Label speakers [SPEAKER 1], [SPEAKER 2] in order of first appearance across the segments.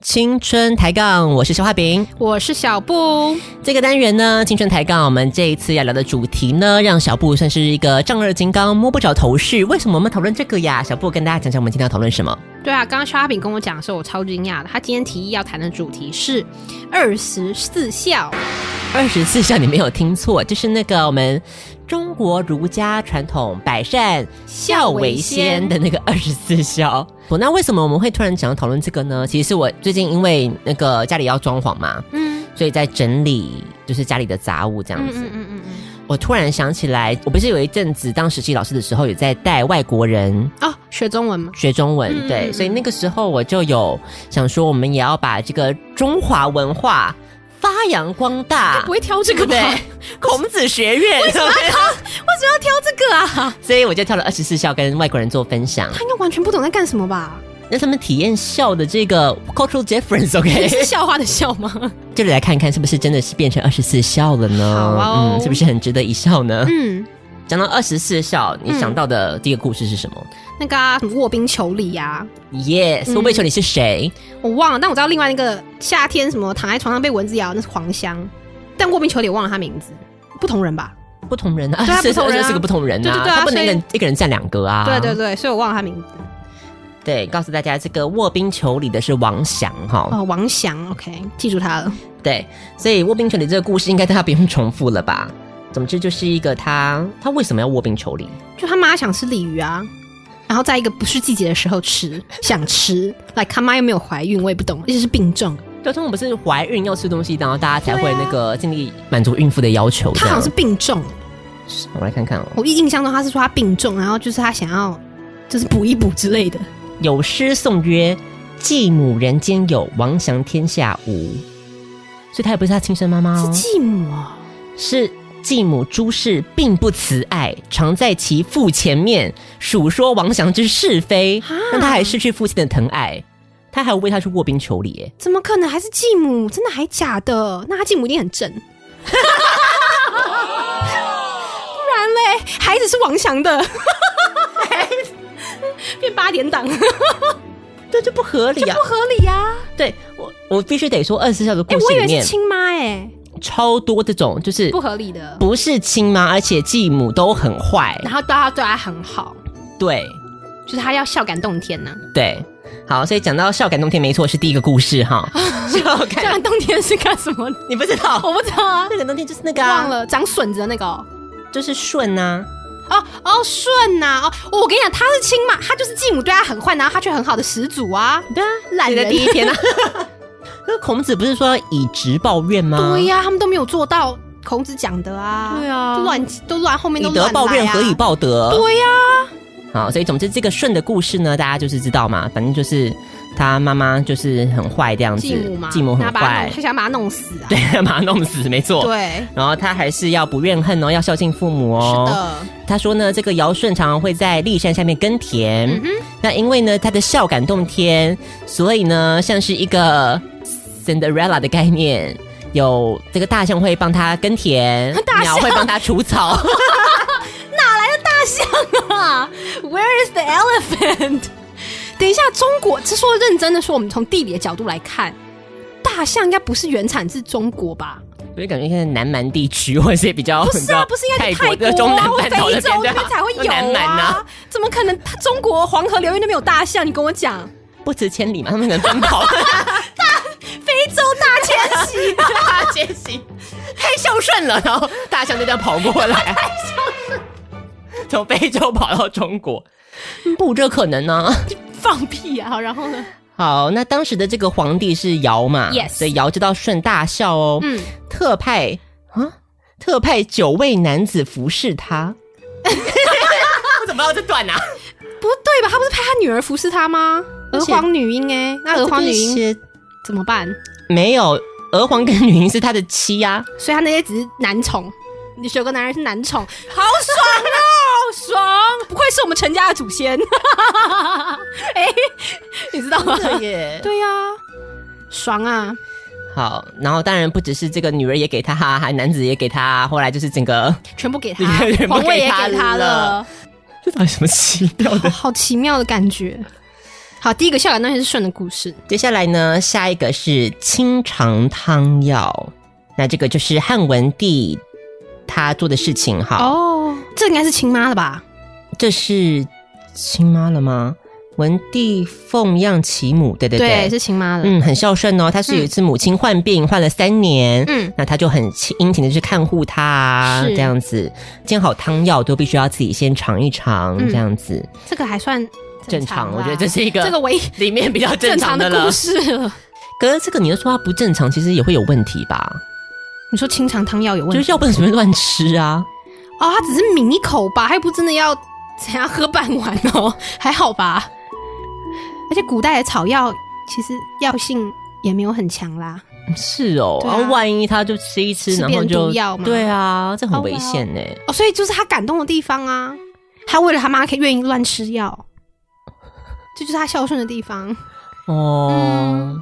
[SPEAKER 1] 青春抬杠，我是肖化饼。
[SPEAKER 2] 我是小布，
[SPEAKER 1] 这个单元呢，青春抬杠，我们这一次要聊的主题呢，让小布算是一个丈二金刚，摸不着头绪。为什么我们讨论这个呀？小布跟大家讲讲我们今天要讨论什么。
[SPEAKER 2] 对啊，刚刚肖阿炳跟我讲的时候，我超惊讶的。他今天提议要谈的主题是二十四孝，
[SPEAKER 1] 二十四孝，你没有听错，就是那个我们中国儒家传统“百善孝为先”的那个二十四孝。我那为什么我们会突然想要讨论这个呢？其实是我最近因为那个家里要装潢嘛，
[SPEAKER 2] 嗯，
[SPEAKER 1] 所以在整理就是家里的杂物这样
[SPEAKER 2] 嗯
[SPEAKER 1] 子。
[SPEAKER 2] 嗯嗯嗯嗯，
[SPEAKER 1] 我突然想起来，我不是有一阵子当实习老师的时候，有在带外国人
[SPEAKER 2] 哦，学中文吗？
[SPEAKER 1] 学中文，
[SPEAKER 2] 嗯
[SPEAKER 1] 对，
[SPEAKER 2] 嗯
[SPEAKER 1] 所以那个时候我就有想说，我们也要把这个中华文化发扬光大
[SPEAKER 2] 不，会挑这个呗？
[SPEAKER 1] 对孔子学院，为什么
[SPEAKER 2] 为什么要挑这个啊？
[SPEAKER 1] 所以我就跳了二十四孝跟外国人做分享，
[SPEAKER 2] 他应该完全不懂在干什么吧？
[SPEAKER 1] 让他们体验孝的这个 cultural
[SPEAKER 2] 你
[SPEAKER 1] difference，OK？、
[SPEAKER 2] 是校花的校吗？
[SPEAKER 1] 这里来看看是不是真的是变成二十四孝了呢？
[SPEAKER 2] 好哦
[SPEAKER 1] 嗯，是不是很值得一笑呢？
[SPEAKER 2] 嗯，
[SPEAKER 1] 讲到二十四孝，你
[SPEAKER 2] 嗯
[SPEAKER 1] 想到的第一个故事是什么、
[SPEAKER 2] 那个、啊、什么卧冰求鲤呀、
[SPEAKER 1] y e s
[SPEAKER 2] 嗯
[SPEAKER 1] 我被求你是谁？
[SPEAKER 2] 我忘了，但我知道另外那个夏天什么躺在床上被蚊子咬，那是黄香，但卧冰求鲤我忘了他名字，不同人吧？
[SPEAKER 1] 不同人啊，
[SPEAKER 2] 对 啊
[SPEAKER 1] 是
[SPEAKER 2] 不同人啊
[SPEAKER 1] 是个不同人啊，
[SPEAKER 2] 对对对啊
[SPEAKER 1] 他不能一个人
[SPEAKER 2] 所
[SPEAKER 1] 一个人占两个啊。
[SPEAKER 2] 对对对，所以我忘了他名字。
[SPEAKER 1] 对，告诉大家这个卧冰求鲤的是王祥哈、
[SPEAKER 2] 哦，王翔，OK，记住他了。
[SPEAKER 1] 对，所以卧冰求鲤这个故事应该大家不用重复了吧？总之就是一个他他为什么要卧冰求鲤？
[SPEAKER 2] 就他妈想吃鲤鱼啊，然后在一个不是季节的时候吃， 想吃，来他妈又没有怀孕，我也不懂，而且是病重，
[SPEAKER 1] 对，通常不是怀孕要吃东西，然后大家才会
[SPEAKER 2] 对啊
[SPEAKER 1] 那个尽力满足孕妇的要求。
[SPEAKER 2] 他好像是
[SPEAKER 1] 这样
[SPEAKER 2] 病重，
[SPEAKER 1] 我来看看哦，
[SPEAKER 2] 我印象中他是说他病重，然后就是他想要就是补一补之类的，
[SPEAKER 1] 有诗颂曰：“继母人间有，王祥天下无。”所以他也不是他亲生妈妈哦，
[SPEAKER 2] 是继母哦，
[SPEAKER 1] 是继母朱氏并不慈爱，常在其父前面数说王祥之是非
[SPEAKER 2] 哈，
[SPEAKER 1] 让他还失去父亲的疼爱，他还为他去卧冰求鲤。哎
[SPEAKER 2] 怎么可能还是继母？真的还假的？那他继母一定很正， 不然嘞，孩子是王翔的， 变八点档，不
[SPEAKER 1] 对，这不合理啊！
[SPEAKER 2] 合理呀、啊！
[SPEAKER 1] 对我，我必须得说，二十四孝的
[SPEAKER 2] 哎、
[SPEAKER 1] 故
[SPEAKER 2] 我
[SPEAKER 1] 事里
[SPEAKER 2] 以为
[SPEAKER 1] 面
[SPEAKER 2] 是亲妈哎、
[SPEAKER 1] 超多这种，就是
[SPEAKER 2] 不合理的。
[SPEAKER 1] 不是亲妈，而且继母都很坏。
[SPEAKER 2] 然后大家对他很好，
[SPEAKER 1] 对
[SPEAKER 2] 就是他要孝感动天呢、
[SPEAKER 1] 对，好，所以讲到孝感动天，没错，是第一个故事 哈。孝
[SPEAKER 2] 孝
[SPEAKER 1] 感，
[SPEAKER 2] 感动天是干什么的？
[SPEAKER 1] 你不知道？
[SPEAKER 2] 我不知道啊，
[SPEAKER 1] 孝感动天就是那个、啊、
[SPEAKER 2] 忘，了长笋子的那个哦。
[SPEAKER 1] 就是顺啊。
[SPEAKER 2] 哦哦顺呐、哦，我跟你讲，他是亲妈，他就是继母对他很坏，然后他却很好的始祖啊，
[SPEAKER 1] 对啊，
[SPEAKER 2] 懒
[SPEAKER 1] 你的
[SPEAKER 2] 人
[SPEAKER 1] 第一 天啊。那孔子不是说要以直报怨吗？
[SPEAKER 2] 对、呀、他们都没有做到孔子讲的啊，
[SPEAKER 1] 对啊
[SPEAKER 2] 就乱都乱，后面
[SPEAKER 1] 以
[SPEAKER 2] 都
[SPEAKER 1] 德
[SPEAKER 2] 乱
[SPEAKER 1] 报
[SPEAKER 2] 来
[SPEAKER 1] 怨，
[SPEAKER 2] 啊，
[SPEAKER 1] 何以报德？
[SPEAKER 2] 对呀、
[SPEAKER 1] 好，所以总之这个舜的故事呢，大家就是知道嘛，反正就是他妈妈就是很坏这样子，
[SPEAKER 2] 继母嘛，
[SPEAKER 1] 继母
[SPEAKER 2] 然
[SPEAKER 1] 很
[SPEAKER 2] 后把他
[SPEAKER 1] 坏
[SPEAKER 2] 弄，他想把他弄死啊，
[SPEAKER 1] 对，把他弄死，没错。
[SPEAKER 2] 对，
[SPEAKER 1] 然后他还是要不怨恨哦，要孝敬父母哦。
[SPEAKER 2] 是的，
[SPEAKER 1] 他说呢，这个尧舜常常会在骊山下面耕田。
[SPEAKER 2] 嗯哼，
[SPEAKER 1] 那因为呢，他的孝感动天，所以呢，像是一个 Cinderella 的概念，有这个大象会帮他耕田，
[SPEAKER 2] 大象
[SPEAKER 1] 鸟会帮他除草。
[SPEAKER 2] 大象啊，Where is the elephant？等一下，中国，这说认真的说，我们从地理的角度来看，大象应该不是原产自中国吧？
[SPEAKER 1] 我就感觉现在南蛮地区或者是比较
[SPEAKER 2] 不是啊，不是应该
[SPEAKER 1] 泰
[SPEAKER 2] 在泰
[SPEAKER 1] 国
[SPEAKER 2] 国
[SPEAKER 1] 的中南
[SPEAKER 2] 啊、或
[SPEAKER 1] 半岛
[SPEAKER 2] 非
[SPEAKER 1] 那
[SPEAKER 2] 洲
[SPEAKER 1] 边
[SPEAKER 2] 那边才 会有
[SPEAKER 1] 南蛮呐、
[SPEAKER 2] 啊？怎么可能？它中国黄河流域那边有大象？你跟我讲，
[SPEAKER 1] 不辞千里嘛，他们能奔跑。
[SPEAKER 2] 非洲大迁徙
[SPEAKER 1] 大家杰西太孝顺了，然后大象就这样跑过来。从非洲跑到中国，嗯不这可能呢、 啊
[SPEAKER 2] 放屁啊！然后呢？
[SPEAKER 1] 好，那当时的这个皇帝是尧嘛
[SPEAKER 2] Yes
[SPEAKER 1] 所以尧就到舜大笑哦，
[SPEAKER 2] 嗯，
[SPEAKER 1] 特派啊，特派九位男子服侍他。我 怎么要这段啊？
[SPEAKER 2] 不对吧？他不是派他女儿服侍他吗？
[SPEAKER 1] 而
[SPEAKER 2] 娥
[SPEAKER 1] 且
[SPEAKER 2] 皇女英哎、那娥皇女英
[SPEAKER 1] 这边写
[SPEAKER 2] 怎么办？
[SPEAKER 1] 没有，娥皇跟女英是他的妻啊呀、
[SPEAKER 2] 所以他那些只是男宠，你有个男人是男宠， 好爽哦，爽！不愧是我们陈家的祖先。 哎、你知道吗？
[SPEAKER 1] 耶
[SPEAKER 2] 对呀、爽啊！
[SPEAKER 1] 好，然后当然不只是这个女儿也给他，还男子也给他，后来就是整个
[SPEAKER 2] 全部给他
[SPEAKER 1] 全，部
[SPEAKER 2] 皇位
[SPEAKER 1] 给
[SPEAKER 2] 也
[SPEAKER 1] 他
[SPEAKER 2] 给他
[SPEAKER 1] 了
[SPEAKER 2] 了，
[SPEAKER 1] 这到底什么奇妙
[SPEAKER 2] 好？好奇妙的感觉。好，第一个笑感那些是舜的故事，
[SPEAKER 1] 接下来呢，下一个是清肠汤药，那这个就是汉文帝他做的事情哈。
[SPEAKER 2] 哦，这应该是亲妈的吧？
[SPEAKER 1] 这是亲妈了吗？文帝奉养其母，对对对，
[SPEAKER 2] 是亲妈的。
[SPEAKER 1] 嗯，很孝顺哦。他是有一次母亲患病，患了三年，
[SPEAKER 2] 嗯
[SPEAKER 1] 那他就很殷勤的去看护她啊，
[SPEAKER 2] 是
[SPEAKER 1] 这样子煎好汤药都必须要自己先尝一尝，
[SPEAKER 2] 嗯
[SPEAKER 1] 这样子
[SPEAKER 2] 这个还算
[SPEAKER 1] 正
[SPEAKER 2] 常
[SPEAKER 1] 常。
[SPEAKER 2] 啦，
[SPEAKER 1] 我觉得这是一个
[SPEAKER 2] 这个唯一
[SPEAKER 1] 里面比较 正
[SPEAKER 2] 正
[SPEAKER 1] 常
[SPEAKER 2] 常
[SPEAKER 1] 的
[SPEAKER 2] 的
[SPEAKER 1] 了
[SPEAKER 2] 故。事 了。
[SPEAKER 1] 可是这个你要说它不正常，其实也会有问题吧？
[SPEAKER 2] 你说清肠汤药有问
[SPEAKER 1] 就是
[SPEAKER 2] 题
[SPEAKER 1] 药不能随便乱吃啊。
[SPEAKER 2] 哦？他只是抿一口吧，他又不真的要怎样喝半碗哦， 还好吧？而且古代的草药其实药性也没有很强啦。
[SPEAKER 1] 是哦，
[SPEAKER 2] 对
[SPEAKER 1] 然
[SPEAKER 2] 啊
[SPEAKER 1] 后万一他就吃一吃，
[SPEAKER 2] 吃
[SPEAKER 1] 然后
[SPEAKER 2] 变
[SPEAKER 1] 就
[SPEAKER 2] 毒药吗
[SPEAKER 1] 对啊，这很
[SPEAKER 2] 哦
[SPEAKER 1] 危
[SPEAKER 2] 哇
[SPEAKER 1] 险呢、
[SPEAKER 2] 哦，所以就是他感动的地方啊。他为了他妈可以愿意乱吃药，这就是他孝顺的地方。
[SPEAKER 1] 哦，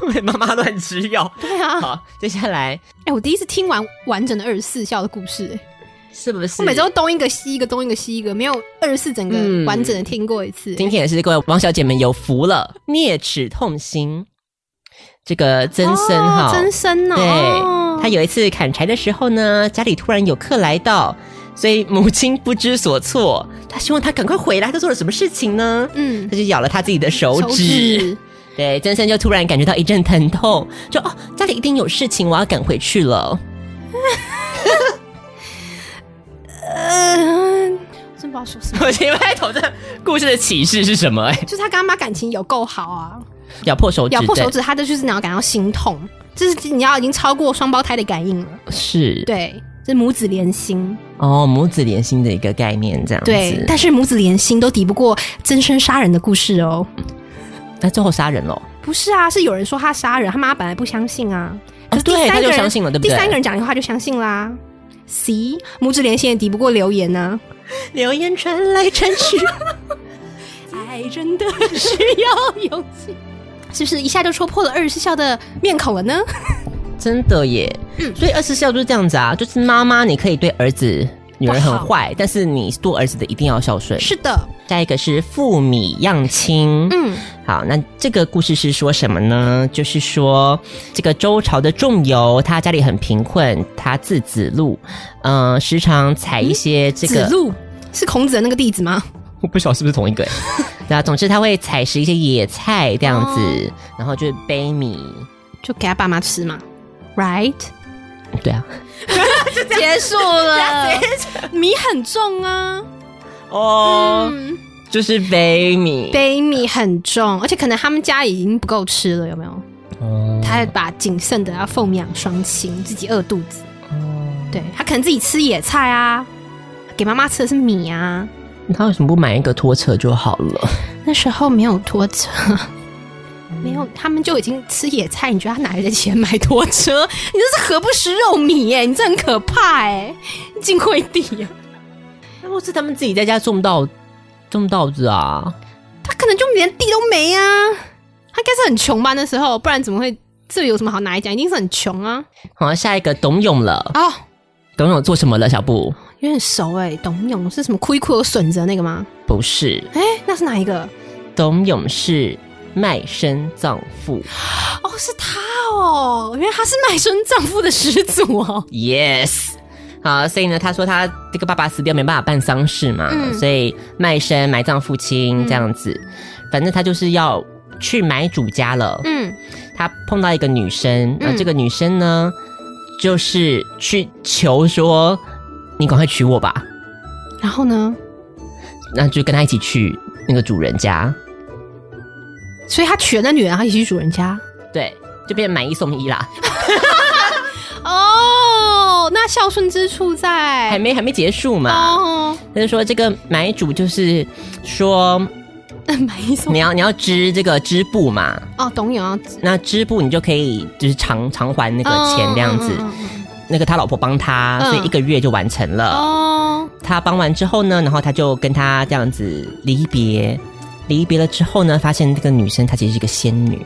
[SPEAKER 1] 为妈妈乱吃药。
[SPEAKER 2] 对啊，哎、
[SPEAKER 1] 好，接下来
[SPEAKER 2] 我第一次听完完整的二十四孝的故事、哎
[SPEAKER 1] 是不是？
[SPEAKER 2] 我每周东一个西一个，东一个西一个，没有二十四整
[SPEAKER 1] 嗯
[SPEAKER 2] 个完整的听过一次、
[SPEAKER 1] 今天也是各位王小姐们有福了，啮齿痛心。这个曾参哈，
[SPEAKER 2] 哦曾参呢？哦
[SPEAKER 1] 对，他有一次砍柴的时候呢，家里突然有客来到，所以母亲不知所措，她希望他赶快回来，他做了什么事情呢？
[SPEAKER 2] 嗯
[SPEAKER 1] 他就咬了他自己的手指，
[SPEAKER 2] 手指
[SPEAKER 1] 对，曾参就突然感觉到一阵疼痛，就哦，家里一定有事情，我要赶回去了。
[SPEAKER 2] 嗯、真不知道说什么。
[SPEAKER 1] 我前面头这故事的启示是什么、哎，
[SPEAKER 2] 就是他跟他妈感情有够好啊，
[SPEAKER 1] 咬破手指，
[SPEAKER 2] 咬破手
[SPEAKER 1] 对
[SPEAKER 2] 指，他的就是然后感到心痛，这是你要已经超过双胞胎的感应了。
[SPEAKER 1] 是，
[SPEAKER 2] 对，这是母子连心。
[SPEAKER 1] 哦，母子连心的一个概念，这样子。
[SPEAKER 2] 对，但是母子连心都抵不过真身杀人的故事哦。
[SPEAKER 1] 但最后杀人了，
[SPEAKER 2] 不是啊，是有人说他杀人，他妈本来不相信啊。
[SPEAKER 1] 哦
[SPEAKER 2] 可是第
[SPEAKER 1] 对
[SPEAKER 2] 三
[SPEAKER 1] 他
[SPEAKER 2] 个
[SPEAKER 1] 就
[SPEAKER 2] 人
[SPEAKER 1] 相信了对不对
[SPEAKER 2] 第三个人讲一句话就相信啦。C 母子连心也抵不过流言啊呢、
[SPEAKER 1] 流言传来传去，
[SPEAKER 2] 爱真的需要勇气， 是不是一下就戳破了二十四孝的面孔了呢？
[SPEAKER 1] 真的耶。所以二十四孝就是这样子啊，就是妈妈你可以对儿子、女儿很
[SPEAKER 2] 不
[SPEAKER 1] 坏，但是你做儿子的一定要孝顺。
[SPEAKER 2] 是的，
[SPEAKER 1] 下一个是父米样亲，
[SPEAKER 2] 嗯，
[SPEAKER 1] 好，那这个故事是说什么呢？就是说，这个周朝的仲由，他家里很贫困，他字子路，嗯、时常采一些这个、
[SPEAKER 2] 子路是孔子的那个弟子吗？
[SPEAKER 1] 我不晓得是不是同一 个、欸。对啊，总之他会采食一些野菜这样子，然后就是杯米。
[SPEAKER 2] 就给他爸妈吃嘛，right？
[SPEAKER 1] 对啊，
[SPEAKER 2] 结束了， 米很重啊，
[SPEAKER 1] 哦、
[SPEAKER 2] 嗯。
[SPEAKER 1] 就是杯米。
[SPEAKER 2] 杯米很重，而且可能他们家已经不够吃了，有没有？
[SPEAKER 1] 哦
[SPEAKER 2] 他还把仅剩的要奉养双亲，自己饿肚子。对他可能自己吃野菜啊，给妈妈吃的是米啊。
[SPEAKER 1] 他为什么不买一个拖车就好了？
[SPEAKER 2] 那时候没有拖车， 没有，他们就已经吃野菜，你觉得他哪来的钱买拖车？ 你这是何不食肉糜耶、你这很可怕哎、进惠帝啊，
[SPEAKER 1] 那或是他们自己在家种稻种稻子啊？
[SPEAKER 2] 他可能就连地都没啊。他应该是很穷吧那时候，不然怎么会？这有什么好拿来讲？一定是很穷啊！
[SPEAKER 1] 好，下一个董永了，
[SPEAKER 2] 哦，
[SPEAKER 1] 董永做什么了？小布
[SPEAKER 2] 有点熟哎、董永是什么？哭一哭有笋子的那个吗？
[SPEAKER 1] 不是，
[SPEAKER 2] 哎、那是哪一个？
[SPEAKER 1] 董永是卖身葬父，
[SPEAKER 2] 哦，是他哦，原来他是卖身丈夫的始祖哦。
[SPEAKER 1] Yes。好，所以呢，他说他这个爸爸死掉没办法办丧事嘛，
[SPEAKER 2] 嗯
[SPEAKER 1] 所以卖身埋葬父亲
[SPEAKER 2] 嗯
[SPEAKER 1] 这样子，反正他就是要去买主家了。
[SPEAKER 2] 嗯，
[SPEAKER 1] 他碰到一个女生，那、
[SPEAKER 2] 嗯
[SPEAKER 1] 这个女生呢，就是去求说你赶快娶我吧。
[SPEAKER 2] 然后呢？
[SPEAKER 1] 那就跟他一起去那个主人家，
[SPEAKER 2] 所以他娶了那女人，他也去主人家。
[SPEAKER 1] 对，就变买一送一啦，
[SPEAKER 2] 哦，那孝顺之处在
[SPEAKER 1] 还没还没结束嘛。
[SPEAKER 2] 哦，
[SPEAKER 1] 他就说这个买主就是说
[SPEAKER 2] 哦买一送
[SPEAKER 1] 你要你要织这个织布嘛，
[SPEAKER 2] 哦，懂你啊，
[SPEAKER 1] 那织布你就可以就是偿偿还那个钱这样子。
[SPEAKER 2] 嗯嗯嗯嗯嗯
[SPEAKER 1] 那个他老婆帮他，
[SPEAKER 2] 嗯
[SPEAKER 1] 所以一个月就完成了。
[SPEAKER 2] 哦，
[SPEAKER 1] 他帮完之后呢，然后他就跟他这样子离别，离别了之后呢，发现这个女生她其实是一个仙女，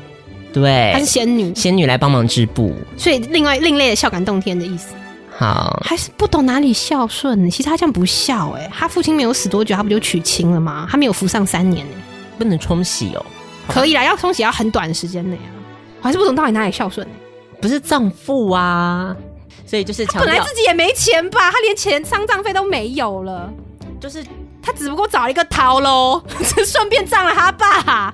[SPEAKER 1] 对，
[SPEAKER 2] 她是仙女，
[SPEAKER 1] 仙女来帮忙织布。
[SPEAKER 2] 所以另外另类的孝感动天的意思，
[SPEAKER 1] 嗯好，
[SPEAKER 2] 还是不懂哪里孝顺呢？其实他这样不孝哎、他父亲没有死多久，他不就娶亲了吗？他没有服上三年呢、
[SPEAKER 1] 不能冲洗哦，
[SPEAKER 2] 可以啦，要冲洗要很短的时间内啊，我还是不懂到底哪里孝顺、欸。
[SPEAKER 1] 不是丈夫啊，所以就是强
[SPEAKER 2] 本来
[SPEAKER 1] 调
[SPEAKER 2] 自，己也没钱吧，他连钱丧葬费都没有了，
[SPEAKER 1] 就是
[SPEAKER 2] 他只不过找了一个逃喽， 这顺便葬了他爸。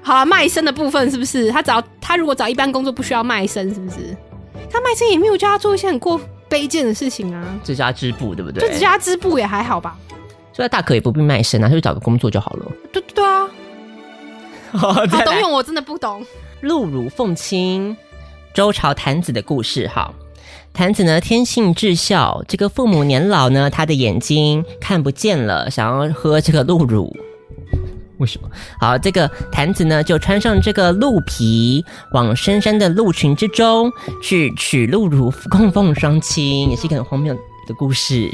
[SPEAKER 2] 好啊，卖身的部分是不是？他找他如果找一般工作不需要卖身，是不是？他卖身也没有叫他做一些很过卑贱的事情啊，
[SPEAKER 1] 这家织布，对不对？
[SPEAKER 2] 就只叫他织布也还好吧。
[SPEAKER 1] 所以大可也不必卖身啊，他就找个工作就好了。
[SPEAKER 2] 对对对啊，
[SPEAKER 1] 好，
[SPEAKER 2] 好
[SPEAKER 1] 哦再
[SPEAKER 2] 董
[SPEAKER 1] 来
[SPEAKER 2] 永我真的不懂。
[SPEAKER 1] 陆乳奉亲，周朝坛子的故事哈。坛子呢，天性至孝，这个父母年老呢，他的眼睛看不见了，想要喝这个鹿乳。为什么？好，这个坛子呢，就穿上这个鹿皮，往深山的鹿群之中去取鹿乳供奉双亲，也是一个很荒谬的故事。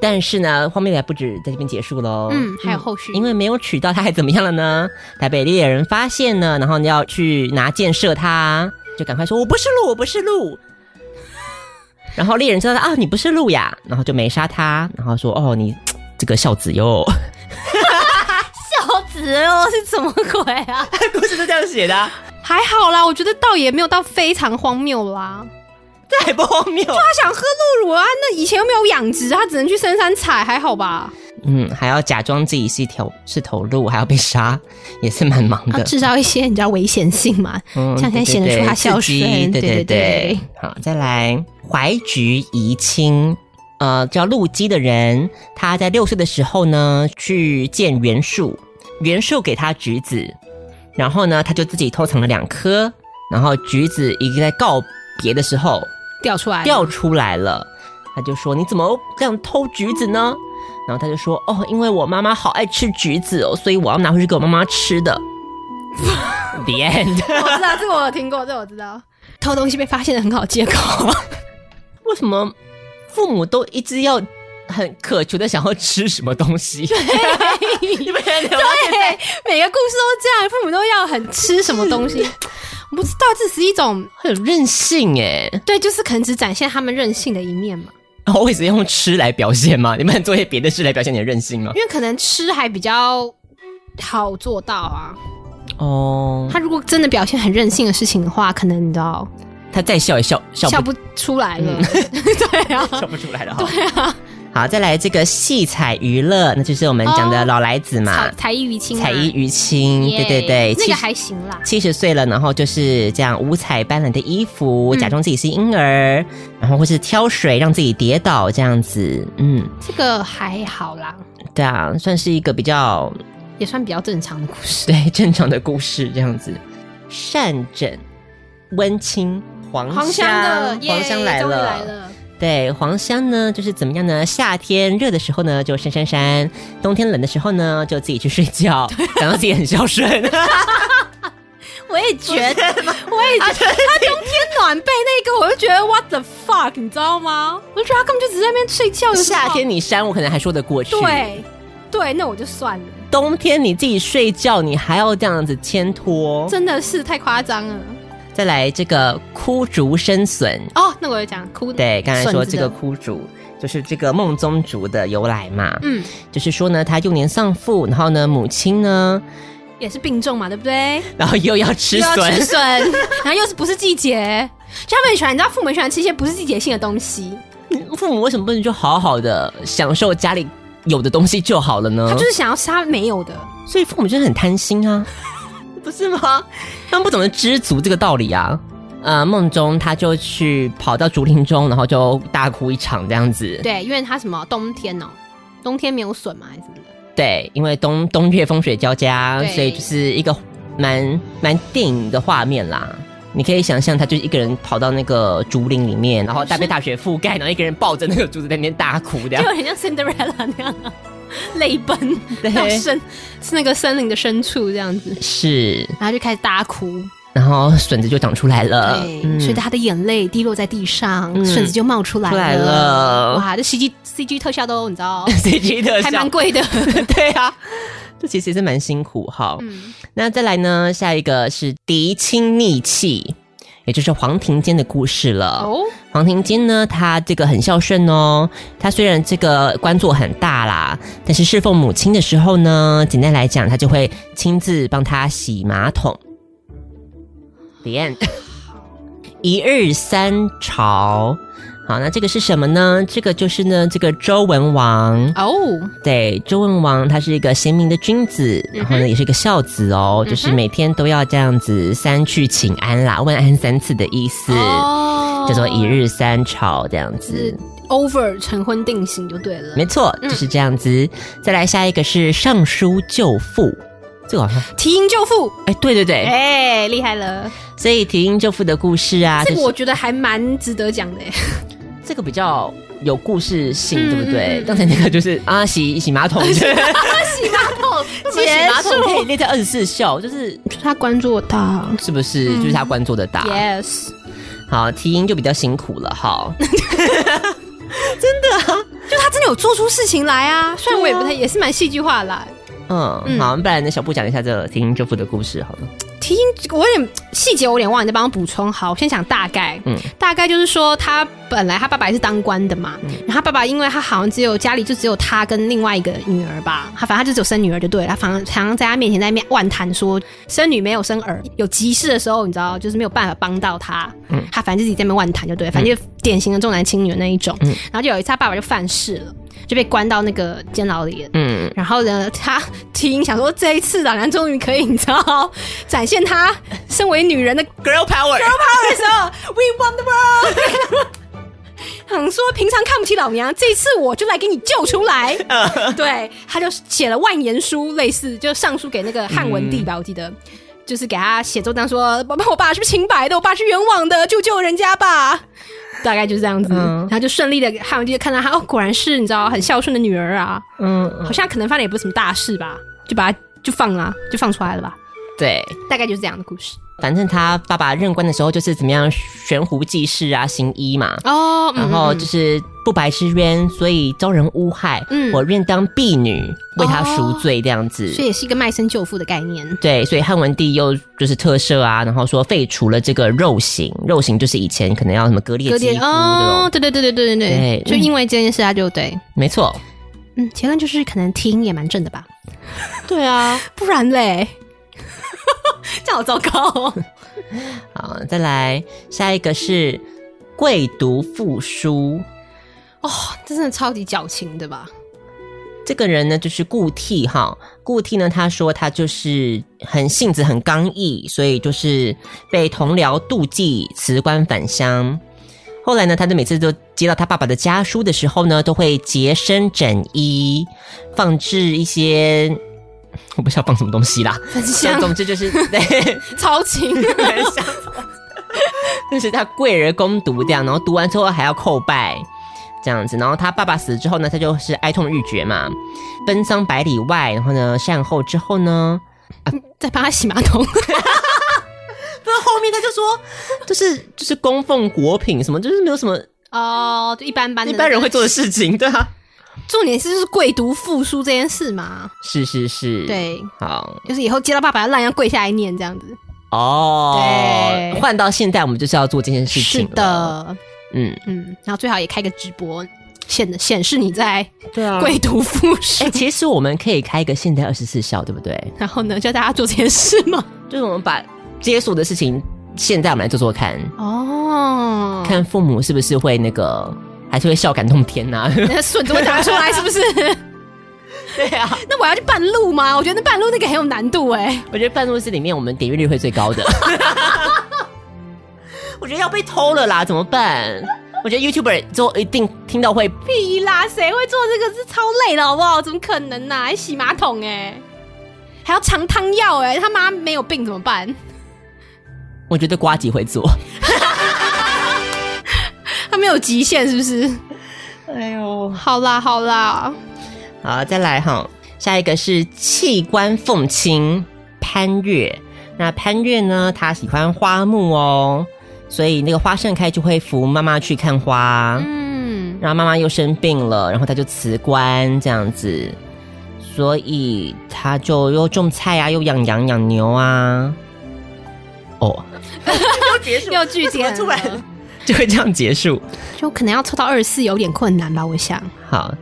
[SPEAKER 1] 但是呢，荒谬的还不止在这边结束喽。
[SPEAKER 2] 嗯，还有后续，
[SPEAKER 1] 因为没有取到，他还怎么样了呢？台北猎人发现呢，然后你要去拿箭射他，就赶快说：“我不是鹿，我不是鹿。”然后猎人知道啊，你不是鹿呀，然后就没杀他，然后说：“哦，你这个孝子哟。
[SPEAKER 2] 孝子哦是怎么鬼啊？”
[SPEAKER 1] 故事是这样写的啊，
[SPEAKER 2] 还好啦，我觉得倒也没有到非常荒谬啦。
[SPEAKER 1] 这还不荒谬？
[SPEAKER 2] 他想喝鹿乳啊，那以前又没有养殖，他只能去深山采，还好吧？
[SPEAKER 1] 嗯，还要假装自己是一条是头鹿，还要被杀，也是蛮忙
[SPEAKER 2] 要
[SPEAKER 1] 的。
[SPEAKER 2] 制啊造一些你知道危险性嘛，
[SPEAKER 1] 嗯
[SPEAKER 2] 这样才
[SPEAKER 1] 对对
[SPEAKER 2] 显得出
[SPEAKER 1] 对
[SPEAKER 2] 他孝
[SPEAKER 1] 刺激
[SPEAKER 2] 顺。
[SPEAKER 1] 对
[SPEAKER 2] 对
[SPEAKER 1] 对对，好，再来怀菊怡亲。呃，叫陆基的人，他在六岁的时候呢，去见袁术，袁术给他橘子，然后呢，他就自己偷藏了两颗，然后橘子已经在告别的时候
[SPEAKER 2] 掉出来了
[SPEAKER 1] 掉出来了，他就说：“你怎么这样偷橘子呢？”然后他就说：“哦，因为我妈妈好爱吃橘子哦，所以我要拿回去给我妈妈吃的。” The end。
[SPEAKER 2] 我知道这个我有听过，这我知道。偷东西被发现的很好借口，
[SPEAKER 1] 为什么父母都一直要很渴求的想要吃什么东西？ 你们有没有
[SPEAKER 2] 对， 每个故事都这样，父母都要很吃什么东西，我不知道，这只是一种
[SPEAKER 1] 很有任性哎、
[SPEAKER 2] 对，就是可能只展现他们任性的一面嘛，
[SPEAKER 1] 然后我一直用吃来表现吗？你们做一些别的事来表现你的任性吗？
[SPEAKER 2] 因为可能吃还比较好做到啊。
[SPEAKER 1] 哦，
[SPEAKER 2] 他如果真的表现很任性的事情的话，可能你知道
[SPEAKER 1] 他再笑也笑笑
[SPEAKER 2] 笑
[SPEAKER 1] 不
[SPEAKER 2] 不出来了。 对啊，
[SPEAKER 1] 笑不出来了哈。对啊。好，再来这个戏彩娱乐，那就是我们讲的
[SPEAKER 2] 哦
[SPEAKER 1] 老来子嘛
[SPEAKER 2] 才，才艺于亲、啊，
[SPEAKER 1] 彩衣娱亲，对
[SPEAKER 2] 耶
[SPEAKER 1] 对对，
[SPEAKER 2] 那
[SPEAKER 1] 其
[SPEAKER 2] 个
[SPEAKER 1] 实
[SPEAKER 2] 还行啦。
[SPEAKER 1] 七十岁了，然后就是这样五彩斑斓的衣服，
[SPEAKER 2] 嗯
[SPEAKER 1] 假装自己是婴儿，然后或是挑水让自己跌倒这样子，嗯，
[SPEAKER 2] 这个还好啦，
[SPEAKER 1] 对啊，算是一个比较
[SPEAKER 2] 也算比较正常的故事。
[SPEAKER 1] 对正常的故事这样子。善枕温清黄
[SPEAKER 2] 黄香的，耶
[SPEAKER 1] 黄香来
[SPEAKER 2] 终于
[SPEAKER 1] 了，
[SPEAKER 2] 来了，
[SPEAKER 1] 对，黄香呢，就是怎么样呢？夏天热的时候呢，就扇扇扇；冬天冷的时候呢，就自己去睡 觉，感到自己很孝顺。
[SPEAKER 2] 我也觉得， 我也
[SPEAKER 1] 啊
[SPEAKER 2] 觉得，他冬天暖被那个，我就觉得 what the fuck，你知道吗？我就觉得他根本就只是在那边睡觉。有什么好
[SPEAKER 1] 夏天你扇我可能还说得过去，
[SPEAKER 2] 对对，那我就算了，
[SPEAKER 1] 冬天你自己睡觉，你还要这样子牵拖。
[SPEAKER 2] 真的是太夸张了。
[SPEAKER 1] 再来这个枯竹生笋，
[SPEAKER 2] 哦，那我就讲哭。
[SPEAKER 1] 对，刚才说
[SPEAKER 2] 笋子
[SPEAKER 1] 这
[SPEAKER 2] 的
[SPEAKER 1] 个枯竹就是这个梦中竹的由来嘛，
[SPEAKER 2] 嗯，
[SPEAKER 1] 就是说呢，他幼年丧父，然后呢，母亲呢，
[SPEAKER 2] 也是病重嘛，对不对？
[SPEAKER 1] 然后又要吃
[SPEAKER 2] 又要
[SPEAKER 1] 笋
[SPEAKER 2] 吃，笋， 然后又是不是季节？就他们很喜欢，你知道，父母很喜欢吃一些不是季节性的东西。
[SPEAKER 1] 父母为什么不能就好好的享受家里有的东西就好了呢？
[SPEAKER 2] 他就是想要吃他没有的。
[SPEAKER 1] 所以父母就是很贪心啊，不是吗？他们不懂得知足这个道理啊。呃，梦中他就去跑到竹林中，然后就大哭一场这样子。
[SPEAKER 2] 对，因为他什么冬天哦，冬天没有笋嘛，还是什么的。
[SPEAKER 1] 对，因为东东岳风雪交加，
[SPEAKER 2] 对
[SPEAKER 1] 所以就是一个蛮蛮电影的画面啦。你可以想象，他就是一个人跑到那个竹林里面，然后大被大雪覆盖，然后一个人抱着那个竹子在那边大哭，这样
[SPEAKER 2] 就很像 Cinderella 那样、啊，泪 奔
[SPEAKER 1] 对
[SPEAKER 2] 到深是那个森林的深处这样子，
[SPEAKER 1] 是。
[SPEAKER 2] 然后就开始大哭，哎
[SPEAKER 1] 然后笋子就长出来了，
[SPEAKER 2] 对，
[SPEAKER 1] 嗯
[SPEAKER 2] 所以他的眼泪滴落在地上，笋子就冒嗯出来
[SPEAKER 1] 出来了
[SPEAKER 2] 哇，这 CG CG 特效都你知道
[SPEAKER 1] CG 特效
[SPEAKER 2] 还蛮贵的， 嗯
[SPEAKER 1] 对啊，这其实也是蛮辛苦哈。那再来呢，下一个是嫡亲逆气，也就是黄庭坚的故事了。
[SPEAKER 2] 哦，
[SPEAKER 1] 黄庭坚呢，他这个很孝顺哦。他虽然这个官做很大啦，但是侍奉母亲的时候呢，简单来讲，他就会亲自帮他洗马桶。The end。一日三朝，好，那这个是什么呢？这个就是呢，这个周文王
[SPEAKER 2] 哦，
[SPEAKER 1] 对，周文王他是一个贤明的君子，
[SPEAKER 2] 嗯
[SPEAKER 1] 然后呢也是一个孝子哦，就是每天都要这样子三去请安啦，问安三次的意思，
[SPEAKER 2] 哦
[SPEAKER 1] 叫做一日三朝这样子
[SPEAKER 2] 是。over 嗯成婚定型就对了
[SPEAKER 1] 没。错，就是这样子。再来下一个是尚书舅父，这个好像
[SPEAKER 2] 提鹰救父，
[SPEAKER 1] 哎，对对对，
[SPEAKER 2] 哎，厉害了！
[SPEAKER 1] 所以提英舅父的故事啊，
[SPEAKER 2] 这
[SPEAKER 1] 就
[SPEAKER 2] 个
[SPEAKER 1] 是
[SPEAKER 2] 我觉得还蛮值得 讲的，
[SPEAKER 1] 这个比较有故事性，
[SPEAKER 2] 嗯
[SPEAKER 1] 对不
[SPEAKER 2] 嗯
[SPEAKER 1] 对
[SPEAKER 2] 嗯？
[SPEAKER 1] 刚才那个就是啊，洗洗马桶， 洗
[SPEAKER 2] 洗马 桶，
[SPEAKER 1] 马桶可 以列在二十四孝，就是
[SPEAKER 2] 就他关注我 到
[SPEAKER 1] 是不是？就是他官做的大。
[SPEAKER 2] 嗯，yes，
[SPEAKER 1] 好，提音就比较辛苦了哈。
[SPEAKER 2] 就他真的有做出事情来啊！虽然我也不太，也是蛮戏剧化的啦。
[SPEAKER 1] 嗯，好，不然呢，小布讲一下这个提音舅父的故事好了。
[SPEAKER 2] 提醒我有点细节，我有点忘，你再帮我补充。好，我先讲大概，
[SPEAKER 1] 嗯
[SPEAKER 2] 大概就是说，他本来他爸爸也是当官的嘛，然后他爸爸因为他好像只有家里就只有他跟另外一个女儿吧，他反正他就只有生女儿就对了，他反正常常在他面前在那边万谈说生女没有生儿，有急事的时候你知道就是没有办法帮到他，他反正就自己在那边万谈就对了，反正就典型的重男轻女的那一种，然后就有一次他爸爸就犯事了，就被关到那个监牢里了，
[SPEAKER 1] 嗯，
[SPEAKER 2] 然后呢，他提音想说这一次老娘终于可以，你知道，展现她身为女人的 girl power girl power 的时候，We want the world 。 想说平常看不起老娘，这一次我就来给你救出来。对，他就写了万言书，类似就上书给那个汉文帝吧，我记得。就是给他写奏章说，爸爸，我爸是不是清白的？我爸是冤枉的，救救人家吧。大概就是这样子，
[SPEAKER 1] 嗯
[SPEAKER 2] 然后就顺利的汉文帝就看到他，哦，果然是你知道很孝顺的女儿啊。
[SPEAKER 1] 嗯，
[SPEAKER 2] 好像可能犯的也不是什么大事吧，就把它就放啦、就放出来了吧，
[SPEAKER 1] 对，
[SPEAKER 2] 大概就是这样的故事
[SPEAKER 1] 反正他爸爸任官的时候就是怎么样悬壶济世啊，行医嘛，
[SPEAKER 2] 哦。
[SPEAKER 1] 然后就是不白之冤，所以遭人诬害，
[SPEAKER 2] 嗯
[SPEAKER 1] 我愿当婢女为他赎罪这样子。
[SPEAKER 2] 所以也是一个卖身救父的概念，
[SPEAKER 1] 对，所以汉文帝又就是特赦啊，然后说废除了这个肉刑，肉刑就是以前可能要什么割裂肌肤这
[SPEAKER 2] 哦
[SPEAKER 1] 种，，
[SPEAKER 2] 对对对对对对对
[SPEAKER 1] 对，嗯
[SPEAKER 2] 就因为这件事他就对，
[SPEAKER 1] 没错，
[SPEAKER 2] 嗯，结论就是可能听也蛮正的吧，
[SPEAKER 1] 对啊，
[SPEAKER 2] 不然嘞，这样好糟糕 哦。
[SPEAKER 1] 好，再来下一个是贵读父书。
[SPEAKER 2] 哦，这真的超级矫情的吧？
[SPEAKER 1] 这个人呢，就是顾悌哈。顾悌呢，他说他就是很性子很刚毅，所以就是被同僚妒忌，辞官返乡。后来呢，他就每次都接到他爸爸的家书的时候呢，都会洁身整衣，放置一些我不知道放什么东西啦，
[SPEAKER 2] 很 香，
[SPEAKER 1] 总之就是对。
[SPEAKER 2] 超 情，
[SPEAKER 1] 很像， 就是他跪而攻读这样，然后读完之后还要叩拜这样子。然后他爸爸死之后呢，他就是哀痛欲绝嘛，奔丧百里外。然后呢，善后之后呢，
[SPEAKER 2] 在帮他洗马桶，
[SPEAKER 1] 不是后面他就说，就是就是供奉果品什么，就是没有什么
[SPEAKER 2] 哦，就一般般
[SPEAKER 1] 一
[SPEAKER 2] 的，
[SPEAKER 1] 般人会做的事情，对啊，
[SPEAKER 2] 重点是就是贵读复书这件事嘛，
[SPEAKER 1] 是是是，，
[SPEAKER 2] 对，
[SPEAKER 1] 好
[SPEAKER 2] 就是以后接到爸爸要让人家跪下来念这样子。
[SPEAKER 1] 哦
[SPEAKER 2] 对，
[SPEAKER 1] 换到现在我们就是要做这件事情，
[SPEAKER 2] 是，的，
[SPEAKER 1] 嗯，
[SPEAKER 2] 嗯，然后最好也开个直播，显显示你在
[SPEAKER 1] 对 啊
[SPEAKER 2] 跪读复试。
[SPEAKER 1] 哎、其实我们可以开一个现代二十四孝，对不对？
[SPEAKER 2] 然后呢，叫大家做这件事 吗？
[SPEAKER 1] 就是我们把接触的事情，现在我们来做做看，
[SPEAKER 2] 哦，
[SPEAKER 1] 看父母是不是会那个，还是会孝感动天啊呐、
[SPEAKER 2] 那笋子会长出来是不 是？
[SPEAKER 1] 对啊，
[SPEAKER 2] 那我要去半路吗？我觉得那半路那个很有难度哎、
[SPEAKER 1] 我觉得半路是里面我们点阅 率会最高的。我觉得要被偷了啦，怎么办？我觉得 YouTuber 之后一定听到会
[SPEAKER 2] 屁啦，谁会做这个？是超累的好不好？怎么可能呐、还洗马桶哎、还要尝汤药哎、他妈没有病怎么办？
[SPEAKER 1] 我觉得瓜吉会做。
[SPEAKER 2] 他没有极限是不是？
[SPEAKER 1] 哎呦，
[SPEAKER 2] 好啦好啦，
[SPEAKER 1] 好，再来哈，下一个是弃官奉亲潘岳。那潘岳呢，他喜欢花木哦，所以那个花盛开就会扶妈妈去看花。
[SPEAKER 2] 嗯，
[SPEAKER 1] 然后妈妈又生病了，然后他就辞官这样子，所以他就又种菜啊，又养羊养牛啊。哦，
[SPEAKER 2] 要据点啊
[SPEAKER 1] 突然就会这样结束。
[SPEAKER 2] 就可能要抽到二十四有点困难吧，我想。
[SPEAKER 1] 好，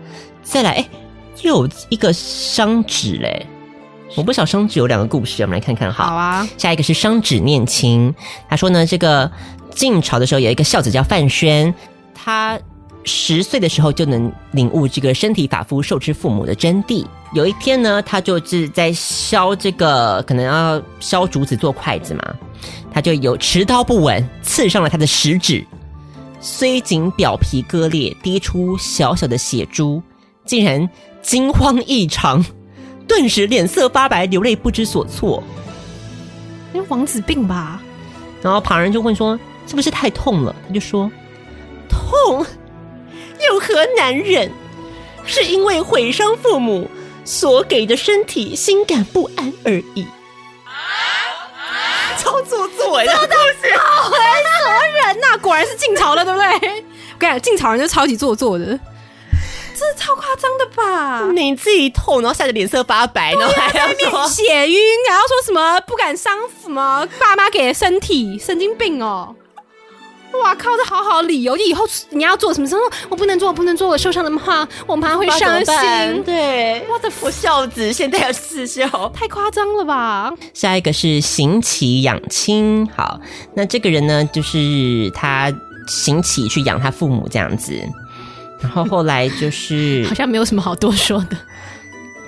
[SPEAKER 1] 再来，哎、又有一个商指嘞，我不晓得商指有两个故事，我们来看看。好，
[SPEAKER 2] 好啊，
[SPEAKER 1] 下一个是商指念亲，他说呢，这个晋朝的时候有一个孝子叫范宣，他十岁的时候就能领悟这个身体发肤受之父母的真谛。有一天呢，他就是在削这个可能要削竹子做筷子嘛，他就有持刀不稳，刺伤了他的食指，虽仅表皮割裂，滴出小小的血珠，竟然惊慌异常，顿时脸色发白，流泪不知所措。
[SPEAKER 2] 因为王子病吧，
[SPEAKER 1] 然后旁人就问说：“是不是太痛了？”他就说：“痛，有何难忍？是因为毁伤父母所给的身体，心感不安而已。”啊超做作的，
[SPEAKER 2] 哎人啊呐、 果然是晋朝的，对不对？我跟你讲，晋朝人就超级做作的，这是超夸张的吧？
[SPEAKER 1] 你自己痛，然后晒得脸色发白，然后还要说
[SPEAKER 2] 血晕，然后说什么不敢伤什么爸妈给的身体，神经病哦！哇靠，这好好理由，你以后你要做什么事，我不能做，我不能做，我受伤的话，我妈会伤心。
[SPEAKER 1] 对，我的我孝子现在要刺绣，
[SPEAKER 2] 太夸张了吧？
[SPEAKER 1] 下一个是行乞养亲，好，那这个人呢，就是他行乞去养他父母这样子，然后后来就 是
[SPEAKER 2] 好像没有什么好多说的。